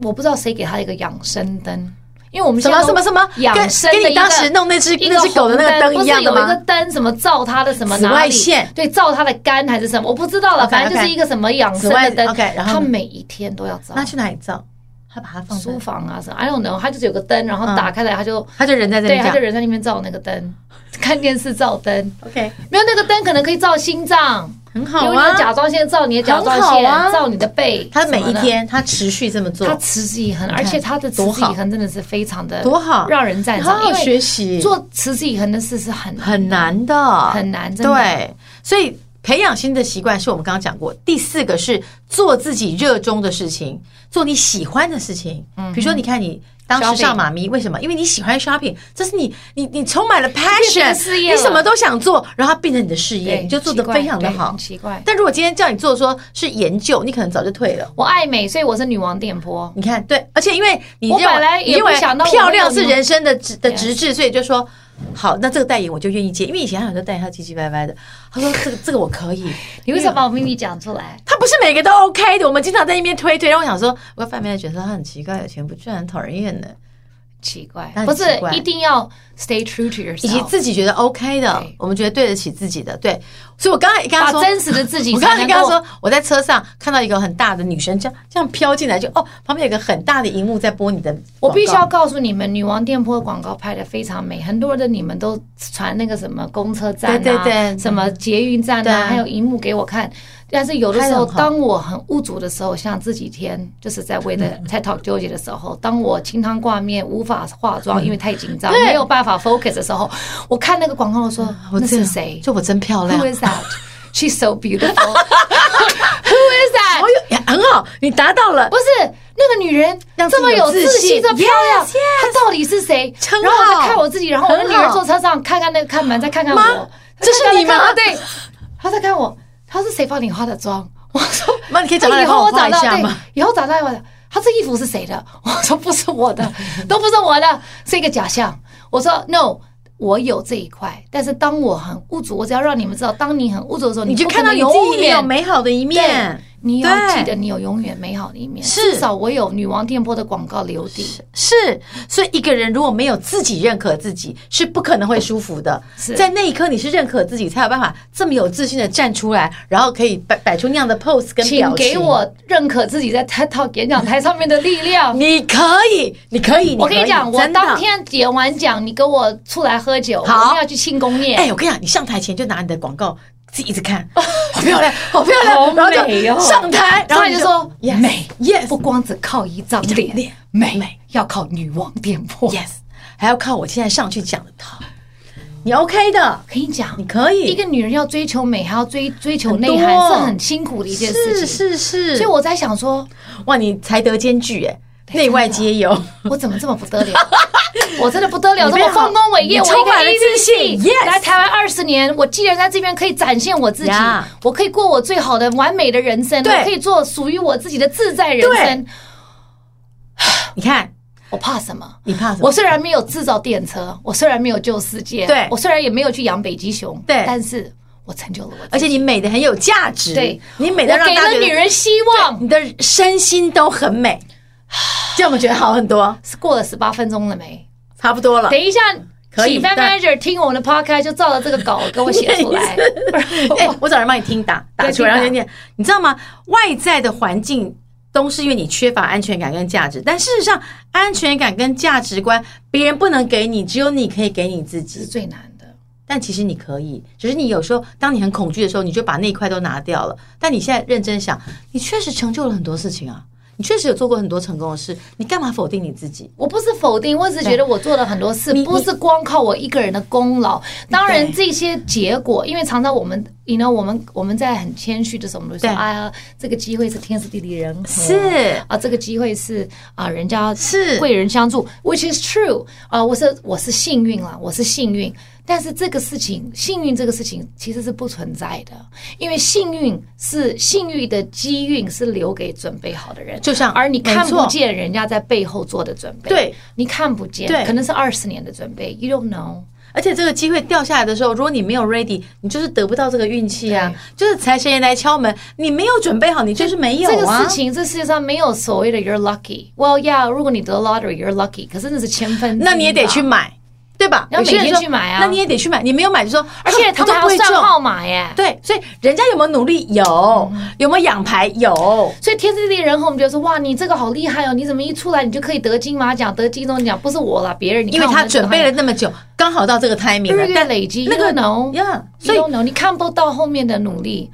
[SPEAKER 2] 我不知道谁给他一个养生灯。因为我们现在
[SPEAKER 1] 什么
[SPEAKER 2] 都
[SPEAKER 1] 什么什么
[SPEAKER 2] 养
[SPEAKER 1] 跟
[SPEAKER 2] 生的
[SPEAKER 1] 跟
[SPEAKER 2] 一个
[SPEAKER 1] 你当时弄那只
[SPEAKER 2] 一个
[SPEAKER 1] 那只狗的那个
[SPEAKER 2] 红
[SPEAKER 1] 灯一样的吗
[SPEAKER 2] 不是有一个灯什么照它的什么
[SPEAKER 1] 紫外
[SPEAKER 2] 哪里
[SPEAKER 1] 线
[SPEAKER 2] 对，照它的肝还是什么，我不知道了
[SPEAKER 1] OK，
[SPEAKER 2] 反正就是
[SPEAKER 1] OK
[SPEAKER 2] 一个什么养生
[SPEAKER 1] 紫外
[SPEAKER 2] 的灯。
[SPEAKER 1] OK，然后
[SPEAKER 2] 他
[SPEAKER 1] 呢
[SPEAKER 2] 每一天都要照，
[SPEAKER 1] 那去哪里照？他把它放在
[SPEAKER 2] 书，房啊什么，I don't know，他就是有个灯，然后
[SPEAKER 1] 嗯
[SPEAKER 2] 打开来他就
[SPEAKER 1] 他就人在这
[SPEAKER 2] 对，
[SPEAKER 1] 里
[SPEAKER 2] 他
[SPEAKER 1] 讲
[SPEAKER 2] 就。人在那边照那个灯，看电视照灯，
[SPEAKER 1] OK，
[SPEAKER 2] 没有那个灯可能可以照心脏，
[SPEAKER 1] 很
[SPEAKER 2] 因
[SPEAKER 1] 好
[SPEAKER 2] 为你的
[SPEAKER 1] 啊。
[SPEAKER 2] 甲状腺照你的甲状
[SPEAKER 1] 很
[SPEAKER 2] 腺，
[SPEAKER 1] 好啊
[SPEAKER 2] 照你的背，
[SPEAKER 1] 他每一
[SPEAKER 2] 什么的。
[SPEAKER 1] 天他持续这么做
[SPEAKER 2] 他，持之以恒，而且他的持
[SPEAKER 1] 多
[SPEAKER 2] 之以
[SPEAKER 1] 好
[SPEAKER 2] 恒真的是非常的
[SPEAKER 1] 多好
[SPEAKER 2] 让人赞赏。
[SPEAKER 1] 好好
[SPEAKER 2] 因为
[SPEAKER 1] 学习
[SPEAKER 2] 做持之以恒的事是很
[SPEAKER 1] 很难的，
[SPEAKER 2] 很难真的
[SPEAKER 1] 对，所以培养新的习惯是我们刚刚讲过。第四个是做自己热衷的事情，做你喜欢的事情。
[SPEAKER 2] 嗯
[SPEAKER 1] 比如说，你看你。当时
[SPEAKER 2] Shopping
[SPEAKER 1] 上妈咪为什么？因为你喜欢 shopping，这是你你你充满了
[SPEAKER 2] 变
[SPEAKER 1] passion，
[SPEAKER 2] 成事业
[SPEAKER 1] 你
[SPEAKER 2] 了
[SPEAKER 1] 什么都想做，然后它变成你的事业，
[SPEAKER 2] 对
[SPEAKER 1] 你就做得非常的
[SPEAKER 2] 奇怪对
[SPEAKER 1] 好
[SPEAKER 2] 很。奇怪，
[SPEAKER 1] 但如果今天叫你做说是研究，你可能早就退了。
[SPEAKER 2] 我爱美，所以我是女王电波。
[SPEAKER 1] 你看，对，而且因为你
[SPEAKER 2] 我
[SPEAKER 1] 认为
[SPEAKER 2] 本来也
[SPEAKER 1] 你认
[SPEAKER 2] 不
[SPEAKER 1] 为
[SPEAKER 2] 想到我
[SPEAKER 1] 漂
[SPEAKER 2] 会
[SPEAKER 1] 亮
[SPEAKER 2] 有
[SPEAKER 1] 是
[SPEAKER 2] 那
[SPEAKER 1] 人生的直的
[SPEAKER 2] Yes
[SPEAKER 1] 直至，所以就说好，那这个代言我就愿意接，因为以前他有时候代言他唧唧歪歪的，他说这个这个我可 以，
[SPEAKER 2] 你为什么把我秘密讲出来？
[SPEAKER 1] 他不是每个都 OK 的，我们经常在那边推推，让我想说，我跟范妹觉得他很奇怪，有钱不赚，很讨人厌的，
[SPEAKER 2] 奇怪，
[SPEAKER 1] 那很
[SPEAKER 2] 不是
[SPEAKER 1] 奇怪
[SPEAKER 2] 一定要 stay true to
[SPEAKER 1] 以及
[SPEAKER 2] yourself，
[SPEAKER 1] 自己觉得 OK 的
[SPEAKER 2] 对，
[SPEAKER 1] 我们觉得对得起自己的，对，所以我刚才跟他
[SPEAKER 2] 把
[SPEAKER 1] 说。
[SPEAKER 2] 真实的自己
[SPEAKER 1] 我
[SPEAKER 2] 才能
[SPEAKER 1] 刚
[SPEAKER 2] 够。
[SPEAKER 1] 才跟他说，我在车上看到一个很大的女生这样这样飘进来就，哦，旁边有个很大的荧幕在播你的广告，
[SPEAKER 2] 我必须要告诉你们，女王电波广告拍的非常美，很多的你们都传那个什么公车站啊，
[SPEAKER 1] 对对对
[SPEAKER 2] 什么捷运站
[SPEAKER 1] 对
[SPEAKER 2] 啊，还有荧幕给我看。但是有的时候，
[SPEAKER 1] 拍得很好
[SPEAKER 2] 当我很无助的时候，像这几天就是在为了
[SPEAKER 1] 嗯
[SPEAKER 2] TED Talk 纠结的时候，当我清汤挂面无法化
[SPEAKER 1] 嗯
[SPEAKER 2] 妆，因为太紧张，没有办法 focus 的时候，我看那个广告，我说
[SPEAKER 1] 我
[SPEAKER 2] 那
[SPEAKER 1] 这
[SPEAKER 2] 是
[SPEAKER 1] 样
[SPEAKER 2] 谁
[SPEAKER 1] 就我真漂 亮
[SPEAKER 2] ？Who，is that? She's so beautiful. Who is that?
[SPEAKER 1] 哦哟，很好，你达到了
[SPEAKER 2] 不。是那个女人
[SPEAKER 1] 让自己
[SPEAKER 2] 这么有自信，
[SPEAKER 1] 有自信
[SPEAKER 2] 这么漂亮
[SPEAKER 1] Yes,
[SPEAKER 2] 她到底是谁？
[SPEAKER 1] 很好
[SPEAKER 2] 然后我再看我自己，然后我的
[SPEAKER 1] 很
[SPEAKER 2] 女
[SPEAKER 1] 好
[SPEAKER 2] 儿坐车上看看那个看门，再看看
[SPEAKER 1] 妈
[SPEAKER 2] 我，
[SPEAKER 1] 这是你吗
[SPEAKER 2] 再看看她对，她在看我，她说谁帮你化的妆？我说哎
[SPEAKER 1] 妈你可以找她来
[SPEAKER 2] 以后我
[SPEAKER 1] 帮我
[SPEAKER 2] 找
[SPEAKER 1] 化一
[SPEAKER 2] 到
[SPEAKER 1] 下
[SPEAKER 2] 对
[SPEAKER 1] 吗，
[SPEAKER 2] 以后找到我，她这衣服是谁的？ 我说不是我 的，都不是我的，是一个假象。我说 no。我有这一块，但是当我很无助，我只要让你们知道，当你很无助的时候，
[SPEAKER 1] 你就
[SPEAKER 2] 不可
[SPEAKER 1] 看到
[SPEAKER 2] 能
[SPEAKER 1] 你自己
[SPEAKER 2] 永
[SPEAKER 1] 也有
[SPEAKER 2] 远
[SPEAKER 1] 美好的一面
[SPEAKER 2] 对，你要
[SPEAKER 1] 对
[SPEAKER 2] 记得你有永远美好的一面。
[SPEAKER 1] 是
[SPEAKER 2] 至少我有女王电波的广告留底。
[SPEAKER 1] 是，所以一个人如果没有自己认可自己，是不可能会舒服的。
[SPEAKER 2] 是
[SPEAKER 1] 在那一刻，你是认可自己，才有办法这么有自信的站出来，然后可以摆摆出那样的 pose 跟表
[SPEAKER 2] 请
[SPEAKER 1] 情。
[SPEAKER 2] 给，我认可自己在 TED Talk 演讲台上面的力量。
[SPEAKER 1] 你可以，你可以，
[SPEAKER 2] 我跟
[SPEAKER 1] 你可以
[SPEAKER 2] 你讲，我
[SPEAKER 1] 真的
[SPEAKER 2] 当天演完讲，你跟我出来喝酒，我
[SPEAKER 1] 好
[SPEAKER 2] 们要去庆功
[SPEAKER 1] 哎、
[SPEAKER 2] 宴。
[SPEAKER 1] 我跟你讲，你上台前就拿你的广告自己一直看，好漂亮，好漂
[SPEAKER 2] 好
[SPEAKER 1] 亮，然后
[SPEAKER 2] 美哦
[SPEAKER 1] 就上台，然
[SPEAKER 2] 然
[SPEAKER 1] 后
[SPEAKER 2] 后
[SPEAKER 1] 你
[SPEAKER 2] 就说
[SPEAKER 1] yes,
[SPEAKER 2] 美
[SPEAKER 1] yes
[SPEAKER 2] 不光只靠一张
[SPEAKER 1] 哎张
[SPEAKER 2] 脸
[SPEAKER 1] 脸，
[SPEAKER 2] 美
[SPEAKER 1] 美
[SPEAKER 2] 要靠女王电波。
[SPEAKER 1] yes，还要靠我现在上去讲的套，你 OK 的，
[SPEAKER 2] 我跟你讲
[SPEAKER 1] 你，可以，
[SPEAKER 2] 一个女人要追求美，还要追追求内
[SPEAKER 1] 很
[SPEAKER 2] 涵，
[SPEAKER 1] 多
[SPEAKER 2] 是很辛苦的一件事
[SPEAKER 1] 是
[SPEAKER 2] 情。
[SPEAKER 1] 是是，
[SPEAKER 2] 所以我在想说，
[SPEAKER 1] 哇，你才德兼具哎，内外皆有，
[SPEAKER 2] 我怎么这么不得了？ 我真的不得了，
[SPEAKER 1] 你
[SPEAKER 2] 这
[SPEAKER 1] 被
[SPEAKER 2] 么丰功伟
[SPEAKER 1] 你
[SPEAKER 2] 业，我
[SPEAKER 1] 充满
[SPEAKER 2] 一
[SPEAKER 1] 了
[SPEAKER 2] 个
[SPEAKER 1] 自信
[SPEAKER 2] ABC
[SPEAKER 1] yes
[SPEAKER 2] 来台湾二十年，我既然在这边可以展现我自己
[SPEAKER 1] Yeah，
[SPEAKER 2] 我可以过我最好的、完美的人生，
[SPEAKER 1] 对
[SPEAKER 2] 我可以做属于我自己的自在人生。
[SPEAKER 1] 你看
[SPEAKER 2] 我怕什么？
[SPEAKER 1] 你怕什么？
[SPEAKER 2] 我虽然没有制造电车，我虽然没有救世界，
[SPEAKER 1] 对
[SPEAKER 2] 我虽然也没有去养北极熊，
[SPEAKER 1] 对
[SPEAKER 2] 但是我成就了我自
[SPEAKER 1] 而
[SPEAKER 2] 己，
[SPEAKER 1] 且你美的很有价值，
[SPEAKER 2] 对
[SPEAKER 1] 你美的
[SPEAKER 2] 我
[SPEAKER 1] 让
[SPEAKER 2] 给
[SPEAKER 1] 大家
[SPEAKER 2] 了
[SPEAKER 1] 觉
[SPEAKER 2] 女
[SPEAKER 1] 得
[SPEAKER 2] 人希望。
[SPEAKER 1] 你的身心都很美，这样我们觉得好很多，
[SPEAKER 2] 是过了十八分钟了没？
[SPEAKER 1] 差不多了。
[SPEAKER 2] 等一下，
[SPEAKER 1] 可以
[SPEAKER 2] 请 Fan
[SPEAKER 1] 但
[SPEAKER 2] Manager 听我们的 Podcast 就照着这个稿给我写出 来。
[SPEAKER 1] 哎、我找人帮你听打打出来，然后
[SPEAKER 2] 对
[SPEAKER 1] 就
[SPEAKER 2] 听打
[SPEAKER 1] 念。你知道吗？外在的环境都是因为你缺乏安全感跟价值，但事实上，安全感跟价值观别人不能给你，只有你可以给你自
[SPEAKER 2] 这
[SPEAKER 1] 己。
[SPEAKER 2] 是最难的。
[SPEAKER 1] 但其实你可以，只是你有时候当你很恐惧的时候，你就把那一块都拿掉了。但你现在认真想，你确实成就了很多事情啊，你确实有做过很多成功的事，你干嘛否定你自己？
[SPEAKER 2] 我不是否定，我只是觉得我做了很多事
[SPEAKER 1] 你，
[SPEAKER 2] 不是光靠我一个人的功劳。当然，
[SPEAKER 1] 对
[SPEAKER 2] 这些结果，因为常常我们 you know，我们我们在很谦虚的时候，我们就说
[SPEAKER 1] 对
[SPEAKER 2] 哎呀，这个机会是天时地利人和，
[SPEAKER 1] 是
[SPEAKER 2] 啊，这个机会是啊，人家
[SPEAKER 1] 是
[SPEAKER 2] 贵人相助，which is true 啊，我是我是幸运啦，我是幸运。但是这个事情，幸运这个事情其实是不存在的，因为幸运是幸运的机运是留给准备好的人，
[SPEAKER 1] 就像
[SPEAKER 2] 而你
[SPEAKER 1] 没
[SPEAKER 2] 看不
[SPEAKER 1] 错
[SPEAKER 2] 见人家在背后做的准备，
[SPEAKER 1] 对，
[SPEAKER 2] 你看不见，
[SPEAKER 1] 对
[SPEAKER 2] 可能是二十年的准备，you don't know。
[SPEAKER 1] 而且这个机会掉下来的时候，如果你没有 ready，你就是得不到这个运气啊就
[SPEAKER 2] 对。
[SPEAKER 1] 是财神爷来敲门，你没有准备好，你就是没有
[SPEAKER 2] 这个
[SPEAKER 1] 啊。
[SPEAKER 2] 事情，这世界上没有所谓的 you're lucky。Well, yeah，如果你得 lottery，you're lucky，可是那是千分之一吧
[SPEAKER 1] 那你也得去。买，对吧？
[SPEAKER 2] 要
[SPEAKER 1] 有些人
[SPEAKER 2] 每天
[SPEAKER 1] 说
[SPEAKER 2] 去买啊
[SPEAKER 1] 那你也得去买，你没有买就说，
[SPEAKER 2] 而且
[SPEAKER 1] 哼
[SPEAKER 2] 他们
[SPEAKER 1] 我都不
[SPEAKER 2] 还要
[SPEAKER 1] 会
[SPEAKER 2] 算
[SPEAKER 1] 中
[SPEAKER 2] 号嗯码耶，
[SPEAKER 1] 对，所以人家有没有努力？有，有没有养牌？有。
[SPEAKER 2] 所以天时地利人和，我们觉得说哇，你这个好厉害哦，你怎么一出来你就可以得金马奖、得金钟奖？不是我啦，别人，你
[SPEAKER 1] 因为
[SPEAKER 2] 看我
[SPEAKER 1] 他
[SPEAKER 2] 们这个
[SPEAKER 1] 准备了那么久，刚好到这个 timing
[SPEAKER 2] 行业
[SPEAKER 1] 了
[SPEAKER 2] 日，月
[SPEAKER 1] 但
[SPEAKER 2] 累积，
[SPEAKER 1] 那个
[SPEAKER 2] 能
[SPEAKER 1] 呀，
[SPEAKER 2] 所
[SPEAKER 1] 所
[SPEAKER 2] 以
[SPEAKER 1] 以
[SPEAKER 2] you don't know, 你看不到后面的努力。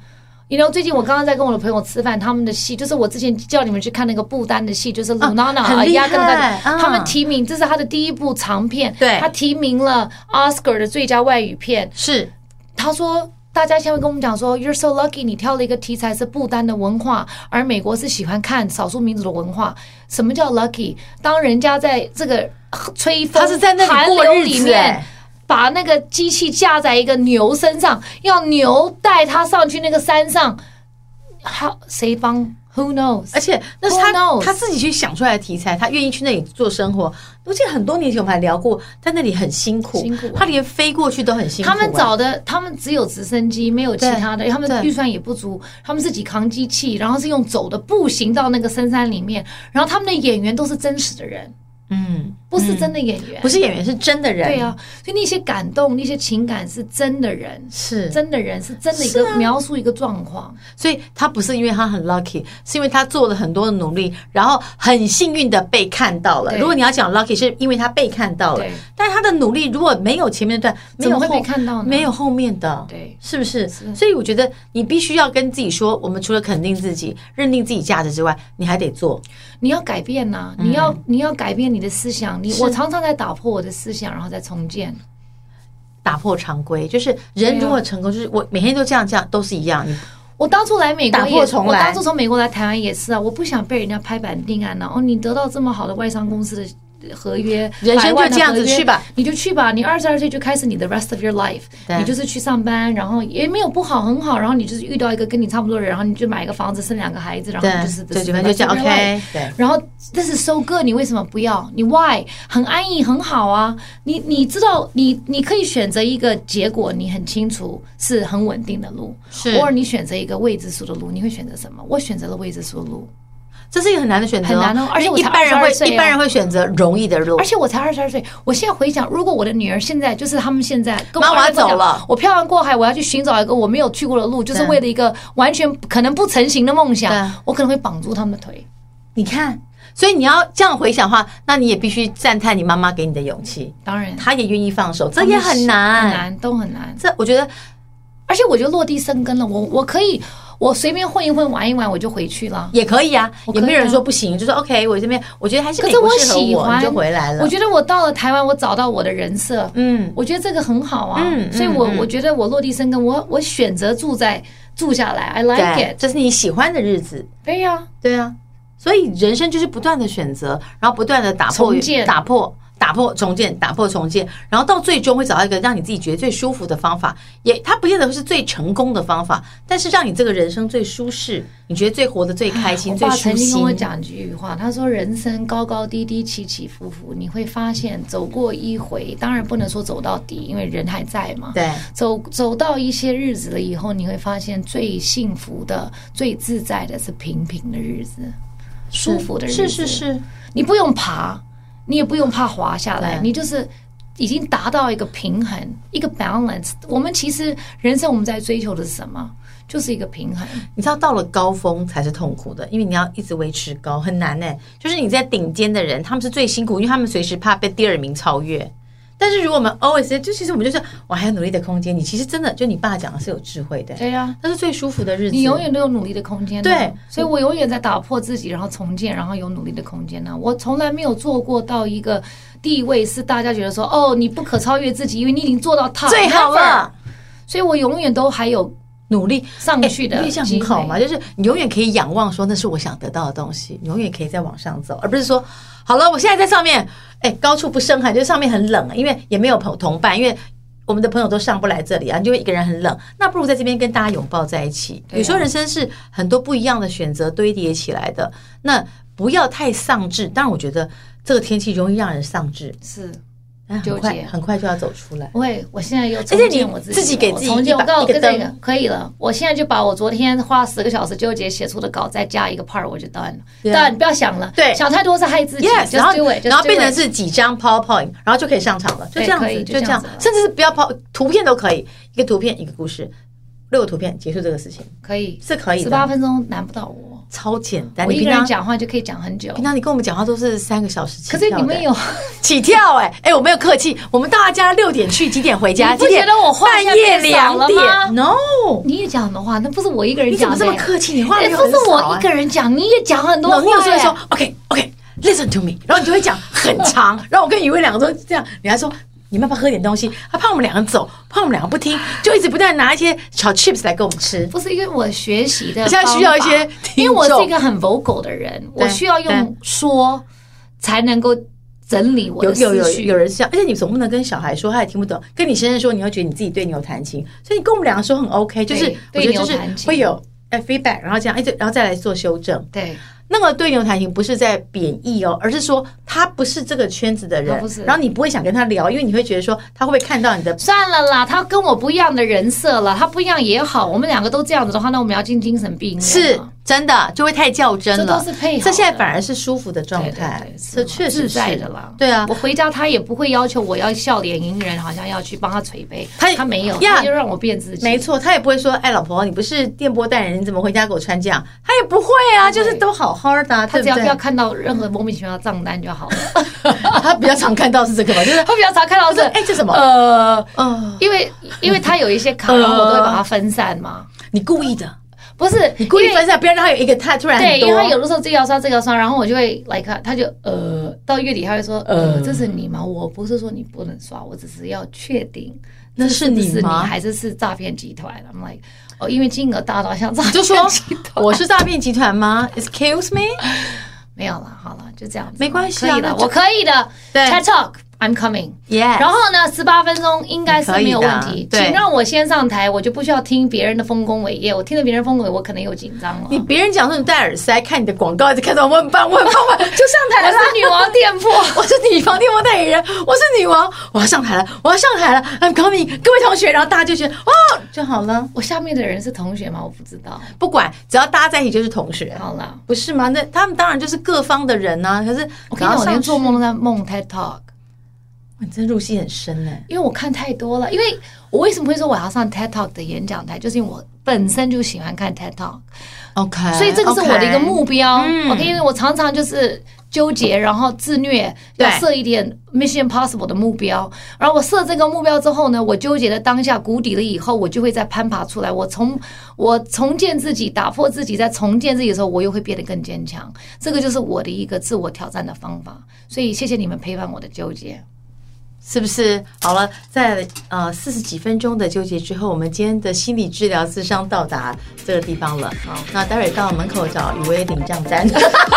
[SPEAKER 2] You know，最近我刚刚在跟我的朋友吃饭，他们的戏就是我之前叫你们去看那个不丹的戏，就是
[SPEAKER 1] 啊
[SPEAKER 2] Lunana
[SPEAKER 1] 很厉害
[SPEAKER 2] 跟大
[SPEAKER 1] 啊
[SPEAKER 2] 他们提名，这是他的第一部长片，
[SPEAKER 1] 对
[SPEAKER 2] 他提名了 Oscar 的最佳外语片。
[SPEAKER 1] 是
[SPEAKER 2] 他说。大家先会跟我们讲说，You're so lucky，你挑了一个题材是不丹的文化，而美国是喜欢看少数民族的文化。什么叫 lucky？当人家在这个吹风，
[SPEAKER 1] 他是在那
[SPEAKER 2] 寒
[SPEAKER 1] 里过
[SPEAKER 2] 流
[SPEAKER 1] 日
[SPEAKER 2] 里
[SPEAKER 1] 子
[SPEAKER 2] 面
[SPEAKER 1] 哎，
[SPEAKER 2] 把那个机器架在一个牛身上，要牛带他上去那个山上，好，谁帮？Who knows？
[SPEAKER 1] 而且那是
[SPEAKER 2] Who
[SPEAKER 1] 他
[SPEAKER 2] knows？
[SPEAKER 1] 他自己去想出来的题材，他愿意去那里做生活。我记得很多年前我们还聊过，在那里很辛苦，
[SPEAKER 2] 辛苦啊
[SPEAKER 1] 他连飞过去都很辛苦、哎
[SPEAKER 2] 他们找的，他们只有直升机，没有其他的，
[SPEAKER 1] 啊对
[SPEAKER 2] 他们
[SPEAKER 1] 对
[SPEAKER 2] 预算也不足，他们自己扛机器，然后是用走的步行到那个深山里面，然后他们的演员都是真实的人，
[SPEAKER 1] 嗯，
[SPEAKER 2] 不是真的演员，
[SPEAKER 1] 不是演员是真的人，
[SPEAKER 2] 对啊，所以那些感动，那些情感是真的人，
[SPEAKER 1] 是
[SPEAKER 2] 真的人是真的一
[SPEAKER 1] 是
[SPEAKER 2] 个、
[SPEAKER 1] 啊
[SPEAKER 2] 描述一个状况，
[SPEAKER 1] 所以他不是因为他很 lucky，是因为他做了很多的努力，然后很幸运的被看到了。
[SPEAKER 2] 对
[SPEAKER 1] 如果你要讲 lucky，是因为他被看到了
[SPEAKER 2] 对，
[SPEAKER 1] 但是他的努力如果没有前面那段，没
[SPEAKER 2] 怎
[SPEAKER 1] 有
[SPEAKER 2] 么会
[SPEAKER 1] 后
[SPEAKER 2] 被看到呢？
[SPEAKER 1] 没有后面的，
[SPEAKER 2] 对
[SPEAKER 1] 是不是？
[SPEAKER 2] 是
[SPEAKER 1] 所以我觉得你必须要跟自己说，我们除了肯定自己、认定自己价值之外，你还得做。
[SPEAKER 2] 你要改变呐、你要
[SPEAKER 1] 嗯
[SPEAKER 2] 你要改变你的思想。你我常常在打破我的思想，然后再重建。
[SPEAKER 1] 打破常规，就是人
[SPEAKER 2] 对啊
[SPEAKER 1] 如果成功，就是我每天都这样这样，都是一样。你
[SPEAKER 2] 我当初来美国
[SPEAKER 1] 打
[SPEAKER 2] 也
[SPEAKER 1] 破
[SPEAKER 2] 是，
[SPEAKER 1] 重
[SPEAKER 2] 我
[SPEAKER 1] 来
[SPEAKER 2] 当初从美国来台湾也是啊，我不想被人家拍板定案了、哦，你得到这么好的外商公司的合约，
[SPEAKER 1] 人生
[SPEAKER 2] 百万的
[SPEAKER 1] 就这样子
[SPEAKER 2] 合约
[SPEAKER 1] 去吧，
[SPEAKER 2] 你就去吧。你二十二岁就开始你的 rest of your life，
[SPEAKER 1] 对
[SPEAKER 2] 你就是去上班，然后也没有不好，很好。然后你就是遇到一个跟你差不多的人，然后你就买一个房子，生两个孩子，然后
[SPEAKER 1] 对
[SPEAKER 2] 你就是
[SPEAKER 1] 对
[SPEAKER 2] this is
[SPEAKER 1] 就就
[SPEAKER 2] the rest of your
[SPEAKER 1] OK，
[SPEAKER 2] life
[SPEAKER 1] 对
[SPEAKER 2] 然后这是收割，你为什么不要？你 why 很安逸，很好啊。你你知道，你你可以选择一个结果，你很清楚是很稳定的路，
[SPEAKER 1] 是
[SPEAKER 2] 或者你选择一个未知数的路，你会选择什么？我选择了未知数的路，
[SPEAKER 1] 这是一个很难的选择、
[SPEAKER 2] 很难哦而且
[SPEAKER 1] 因
[SPEAKER 2] 我
[SPEAKER 1] 为一
[SPEAKER 2] 才
[SPEAKER 1] 般人会
[SPEAKER 2] 22岁哦
[SPEAKER 1] 一般人会选择容易的路
[SPEAKER 2] 而。且我才二十二岁。我现在回想，如果我的女儿现在就是他们现在跟
[SPEAKER 1] 妈
[SPEAKER 2] 我
[SPEAKER 1] 我要
[SPEAKER 2] 儿子讲
[SPEAKER 1] 走了
[SPEAKER 2] 我漂洋过海，我要去寻找一个我没有去过的路，就是
[SPEAKER 1] 对
[SPEAKER 2] 为了一个完全可能不成型的梦
[SPEAKER 1] 对
[SPEAKER 2] 想，我可能会绑住他们的腿。
[SPEAKER 1] 你看，所以你要这样回想的话，那你也必须赞叹你妈妈给你的勇气，
[SPEAKER 2] 当然，
[SPEAKER 1] 她也愿意放手，这也很难。
[SPEAKER 2] 很难，都很难。
[SPEAKER 1] 这我觉得
[SPEAKER 2] 而且我就落地生根了，我我可以，我随便混一混玩一玩，我就回去了。
[SPEAKER 1] 也可以啊，
[SPEAKER 2] 我可
[SPEAKER 1] 也
[SPEAKER 2] 以啊
[SPEAKER 1] 没有人说不行，就说 OK，我这边我觉得还是
[SPEAKER 2] 可
[SPEAKER 1] 美
[SPEAKER 2] 是
[SPEAKER 1] 国适合
[SPEAKER 2] 喜
[SPEAKER 1] 我，
[SPEAKER 2] 欢，
[SPEAKER 1] 你就回来了
[SPEAKER 2] 我。觉得我到了台湾，我找到我的人设，
[SPEAKER 1] 嗯，
[SPEAKER 2] 我觉得这个很好啊。
[SPEAKER 1] 嗯
[SPEAKER 2] 所以我，我、
[SPEAKER 1] 嗯嗯
[SPEAKER 2] 觉得我落地生根，我我选择住在住下来，I
[SPEAKER 1] 对
[SPEAKER 2] like，it。
[SPEAKER 1] 这是你喜欢的日子，
[SPEAKER 2] 对呀、
[SPEAKER 1] 对啊。所以人生就是不断的选择，然后不断的打破
[SPEAKER 2] 重建
[SPEAKER 1] 打破。打破重建，打破重建，然后到最终会找到一个让你自己觉得最舒服的方法，也它不见得是最成功的方法，但是让你这个人生最舒适，你觉得最活得最开心、
[SPEAKER 2] 我
[SPEAKER 1] 最
[SPEAKER 2] 爸
[SPEAKER 1] 舒
[SPEAKER 2] 曾经跟我
[SPEAKER 1] 心。
[SPEAKER 2] 讲一句话，他说：“人生高高低低，起起伏伏，你会发现走过一回，当然不能说走到底，因为人还在嘛。
[SPEAKER 1] 对，
[SPEAKER 2] 走走到一些日子了以后，你会发现最幸福的、最自在的是平平的日子，舒服的日子。
[SPEAKER 1] 是是，是，
[SPEAKER 2] 你不用爬，你也不用怕滑下来，
[SPEAKER 1] 对
[SPEAKER 2] 你就是已经达到一个平衡，一个 balance。我们其实人生我们在追求的是什么？就是一个平衡。
[SPEAKER 1] 你知道到了高峰才是痛苦的，因为你要一直维持高，很难呢、就是你在顶尖的人，他们是最辛苦，因为他们随时怕被第二名超越。但是如果我们 always 就其实我们就是我还有努力的空间。你其实真的就你爸讲的是有智慧的、欸
[SPEAKER 2] 对呀、
[SPEAKER 1] 那是最舒服的日子。
[SPEAKER 2] 你永远都有努力的空间、啊
[SPEAKER 1] 对，
[SPEAKER 2] 所以我永远在打破自己，然后重建，然后有努力的空间呢、啊我从来没有做过到一个地位是大家觉得说，哦，你不可超越自己，因为你已经做到 top
[SPEAKER 1] 最好了
[SPEAKER 2] never。所以我永远都还有
[SPEAKER 1] 努力
[SPEAKER 2] 上
[SPEAKER 1] 哎
[SPEAKER 2] 去的
[SPEAKER 1] 因为这样
[SPEAKER 2] 机
[SPEAKER 1] 很
[SPEAKER 2] 会
[SPEAKER 1] 好嘛，就是你永远可以仰望说那是我想得到的东西，你永远可以再往上走，而不是说好了，我现在在上面，哎，高处不胜寒，就是上面很冷，因为也没有朋同伴，因为。我们的朋友都上不来这里啊，你就会一个人很冷。那不如在这边跟大家拥抱在一起。
[SPEAKER 2] 对啊
[SPEAKER 1] 有时候人生是很多不一样的选择堆叠起来的，那不要太丧志。但我觉得这个天气容易让人丧志，
[SPEAKER 2] 是，
[SPEAKER 1] 但
[SPEAKER 2] 纠
[SPEAKER 1] 很快
[SPEAKER 2] 结
[SPEAKER 1] 很快就要走出来。
[SPEAKER 2] 喂，我现在又重
[SPEAKER 1] 而且
[SPEAKER 2] 建
[SPEAKER 1] 你
[SPEAKER 2] 我自己了，
[SPEAKER 1] 自己给自己
[SPEAKER 2] 我重建，
[SPEAKER 1] 一把
[SPEAKER 2] 我告诉
[SPEAKER 1] 一个
[SPEAKER 2] 跟这
[SPEAKER 1] 灯
[SPEAKER 2] 个可以了。我现在就把我昨天花十个小时纠结写出的稿再加一个 part，我就 done 了。
[SPEAKER 1] 对
[SPEAKER 2] done 不要想了，
[SPEAKER 1] 对
[SPEAKER 2] 想太多是害自己。
[SPEAKER 1] Yes，
[SPEAKER 2] just
[SPEAKER 1] 然后
[SPEAKER 2] do it，just
[SPEAKER 1] 然后
[SPEAKER 2] do
[SPEAKER 1] 变成
[SPEAKER 2] it
[SPEAKER 1] 是几张 PowerPoint，然后就可以上场了，就
[SPEAKER 2] 对
[SPEAKER 1] 这样
[SPEAKER 2] 可
[SPEAKER 1] 子，
[SPEAKER 2] 以
[SPEAKER 1] 就
[SPEAKER 2] 就
[SPEAKER 1] 这
[SPEAKER 2] 这样
[SPEAKER 1] 样
[SPEAKER 2] 子，了
[SPEAKER 1] 甚至是不要 p 图片都可以，一个图片一个故事，六个图片结束这个事情
[SPEAKER 2] 可以，
[SPEAKER 1] 是可以
[SPEAKER 2] 十八
[SPEAKER 1] 的，
[SPEAKER 2] 分钟难不到我。
[SPEAKER 1] 超简单。
[SPEAKER 2] 我
[SPEAKER 1] 你
[SPEAKER 2] 一
[SPEAKER 1] 平
[SPEAKER 2] 个人
[SPEAKER 1] 常
[SPEAKER 2] 讲话就可以讲很久
[SPEAKER 1] 平。常你跟我们讲话都是三个小时起
[SPEAKER 2] 可
[SPEAKER 1] 跳
[SPEAKER 2] 是
[SPEAKER 1] 的，
[SPEAKER 2] 你们有，
[SPEAKER 1] 起跳哎哎，我没有客气，我们大家六点去，几点回家？
[SPEAKER 2] 你不
[SPEAKER 1] 几点
[SPEAKER 2] 觉得我话
[SPEAKER 1] 半
[SPEAKER 2] 现在
[SPEAKER 1] 夜
[SPEAKER 2] 变少
[SPEAKER 1] 两
[SPEAKER 2] 了吗
[SPEAKER 1] 点？No，
[SPEAKER 2] 你也讲很多话，那不是我一个人
[SPEAKER 1] 你怎
[SPEAKER 2] 讲
[SPEAKER 1] 么
[SPEAKER 2] 的。
[SPEAKER 1] 这么客气？你话
[SPEAKER 2] 哎
[SPEAKER 1] 没有
[SPEAKER 2] 不
[SPEAKER 1] 很
[SPEAKER 2] 是
[SPEAKER 1] 少
[SPEAKER 2] 我
[SPEAKER 1] 啊
[SPEAKER 2] 一个人讲，你也讲很多话
[SPEAKER 1] 那。你有时候会
[SPEAKER 2] 哎
[SPEAKER 1] 说 OK OK listen to me，然后你就会讲很长，然后我跟余伟两个都这样，你还说。你们要不要喝点东西？他怕我们两个走，怕我们两个不听，就一直不断拿一些小 chips 来给我们吃。
[SPEAKER 2] 不是因为我学习的
[SPEAKER 1] 你
[SPEAKER 2] 方
[SPEAKER 1] 现
[SPEAKER 2] 法，
[SPEAKER 1] 在需要一些听
[SPEAKER 2] 因为我
[SPEAKER 1] 众
[SPEAKER 2] 是一个很 vocal 的人，
[SPEAKER 1] 对
[SPEAKER 2] 我需要用说才能够整理我
[SPEAKER 1] 有
[SPEAKER 2] 的
[SPEAKER 1] 有有
[SPEAKER 2] 思
[SPEAKER 1] 有
[SPEAKER 2] 绪。
[SPEAKER 1] 人是这样，而且你总不能跟小孩说，他也听不懂；跟你先生说，你要觉得你自己对牛弹琴，所以你跟我们两个说很 OK，就是我觉
[SPEAKER 2] 对
[SPEAKER 1] 得
[SPEAKER 2] 对
[SPEAKER 1] 就
[SPEAKER 2] 牛
[SPEAKER 1] 是
[SPEAKER 2] 弹琴
[SPEAKER 1] 会有哎 feedback，然后这样哎，对然后再来做修正。
[SPEAKER 2] 对，
[SPEAKER 1] 那个对牛弹琴不是在贬义哦，而是说他不是这个圈子的人
[SPEAKER 2] 他不是，
[SPEAKER 1] 然后你不会想跟他聊，因为你会觉得说他会不会看到你的
[SPEAKER 2] 算了啦，他跟我不一样的人设了，他不一样也好，我们两个都这样子的话，那我们要进精神病院了
[SPEAKER 1] 是真的，就会太较真了。
[SPEAKER 2] 这都是配合的
[SPEAKER 1] 这现在反而是舒服的状
[SPEAKER 2] 对对
[SPEAKER 1] 态
[SPEAKER 2] 对，，是
[SPEAKER 1] 这确实
[SPEAKER 2] 自在
[SPEAKER 1] 是
[SPEAKER 2] 的啦。
[SPEAKER 1] 对啊
[SPEAKER 2] 我，回家他也不会要求我要笑脸迎人，好像要去帮他捶背，
[SPEAKER 1] 他
[SPEAKER 2] 他没有，
[SPEAKER 1] 呀
[SPEAKER 2] 他就让我变自己。
[SPEAKER 1] 没错，他也不会说，哎，老婆，你不是电波代言人，你怎么回家给我穿这样？他也不会啊，就是都好好的啊，
[SPEAKER 2] 他
[SPEAKER 1] 对
[SPEAKER 2] 只要
[SPEAKER 1] 不
[SPEAKER 2] 不
[SPEAKER 1] 对
[SPEAKER 2] 要？看到任何莫名其妙的账单就好了。
[SPEAKER 1] 他比较常看到是这个 吧，就是
[SPEAKER 2] 他比较常看到是，
[SPEAKER 1] 哎这什么
[SPEAKER 2] 呃，
[SPEAKER 1] 哦，
[SPEAKER 2] 因为因为他有一些卡，
[SPEAKER 1] 呃
[SPEAKER 2] 然后我都会把它分散嘛。
[SPEAKER 1] 你故意的，
[SPEAKER 2] 不是，
[SPEAKER 1] 你故意
[SPEAKER 2] 因为
[SPEAKER 1] 分散，不要让他有一个他突然
[SPEAKER 2] 对，
[SPEAKER 1] 很
[SPEAKER 2] 因为他有
[SPEAKER 1] 多。
[SPEAKER 2] 的时候这个要刷这个要刷，然后我就会 like 他就呃，到月底他会说呃，
[SPEAKER 1] 呃
[SPEAKER 2] 这是你吗？我不是说你不能刷，我只是要确定
[SPEAKER 1] 那是你
[SPEAKER 2] 这不是你
[SPEAKER 1] 吗
[SPEAKER 2] 还是是诈骗集团？I'm like 哦，因为金额大到像诈
[SPEAKER 1] 就
[SPEAKER 2] 骗
[SPEAKER 1] 说
[SPEAKER 2] 集团，
[SPEAKER 1] 我是诈骗集团吗？Excuse me，
[SPEAKER 2] 没有了，好了，就这样子，
[SPEAKER 1] 没关系啊
[SPEAKER 2] 可以的
[SPEAKER 1] 那，就
[SPEAKER 2] 我可以的。
[SPEAKER 1] 对
[SPEAKER 2] TED Talk，I'm coming。
[SPEAKER 1] 耶，
[SPEAKER 2] 然后呢，十八分钟应该是没有问
[SPEAKER 1] 可以
[SPEAKER 2] 题
[SPEAKER 1] 的。对
[SPEAKER 2] 请让我先上台，我就不需要听别人的丰功伟业。我听了别人丰功伟业，我可能又紧张了。
[SPEAKER 1] 你别人讲说你戴耳塞，看你的广告，一直看到我很棒，我很棒，我很 棒就上台
[SPEAKER 2] 我
[SPEAKER 1] 了。
[SPEAKER 2] 是女王店铺，
[SPEAKER 1] 我是女房天王代言人，我是女王，我要上台了，我要上台了，I'm coming，各位同学，然后大家就觉得哦就好了，
[SPEAKER 2] 我下面的人是同学吗？我不知道。
[SPEAKER 1] 不管只要大家在一起就是同学，
[SPEAKER 2] 好了，
[SPEAKER 1] 不是吗？那他们当然就是各方的人呐、可是
[SPEAKER 2] 我跟你讲，我
[SPEAKER 1] 只要
[SPEAKER 2] 连
[SPEAKER 1] 上去
[SPEAKER 2] 做，梦都在梦 TED Talk，
[SPEAKER 1] 你真入戏很深哎、
[SPEAKER 2] 因为我看太多了。因为我为什么会说我要上 TED Talk 的演讲台，就是因为我本身就喜欢看 TED Talk。
[SPEAKER 1] OK，
[SPEAKER 2] 所以这个是我的一个
[SPEAKER 1] 呃 OK
[SPEAKER 2] 目标。
[SPEAKER 1] 嗯
[SPEAKER 2] OK，因为我常常就是纠结，然后自虐，
[SPEAKER 1] 对
[SPEAKER 2] 要设一点 Mission Possible 的目标。然后我设这个目标之后呢，我纠结的当下谷底了以后，我就会再攀爬出来。我重我重建自己，打破自己，在重建自己的时候，我又会变得更坚强。这个就是我的一个自我挑战的方法。所以谢谢你们陪伴我的纠结。
[SPEAKER 1] 是不是？好了，在呃四十几分钟的纠结之后，我们今天的心理治疗智商到达这个地方了。好，那待会儿到门口找雨薇领账单，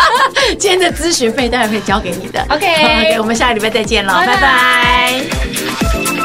[SPEAKER 1] 今天的 咨询费待会儿会交给你的。
[SPEAKER 2] OK
[SPEAKER 1] 好我们下个礼拜再见了，
[SPEAKER 2] 拜拜
[SPEAKER 1] 拜拜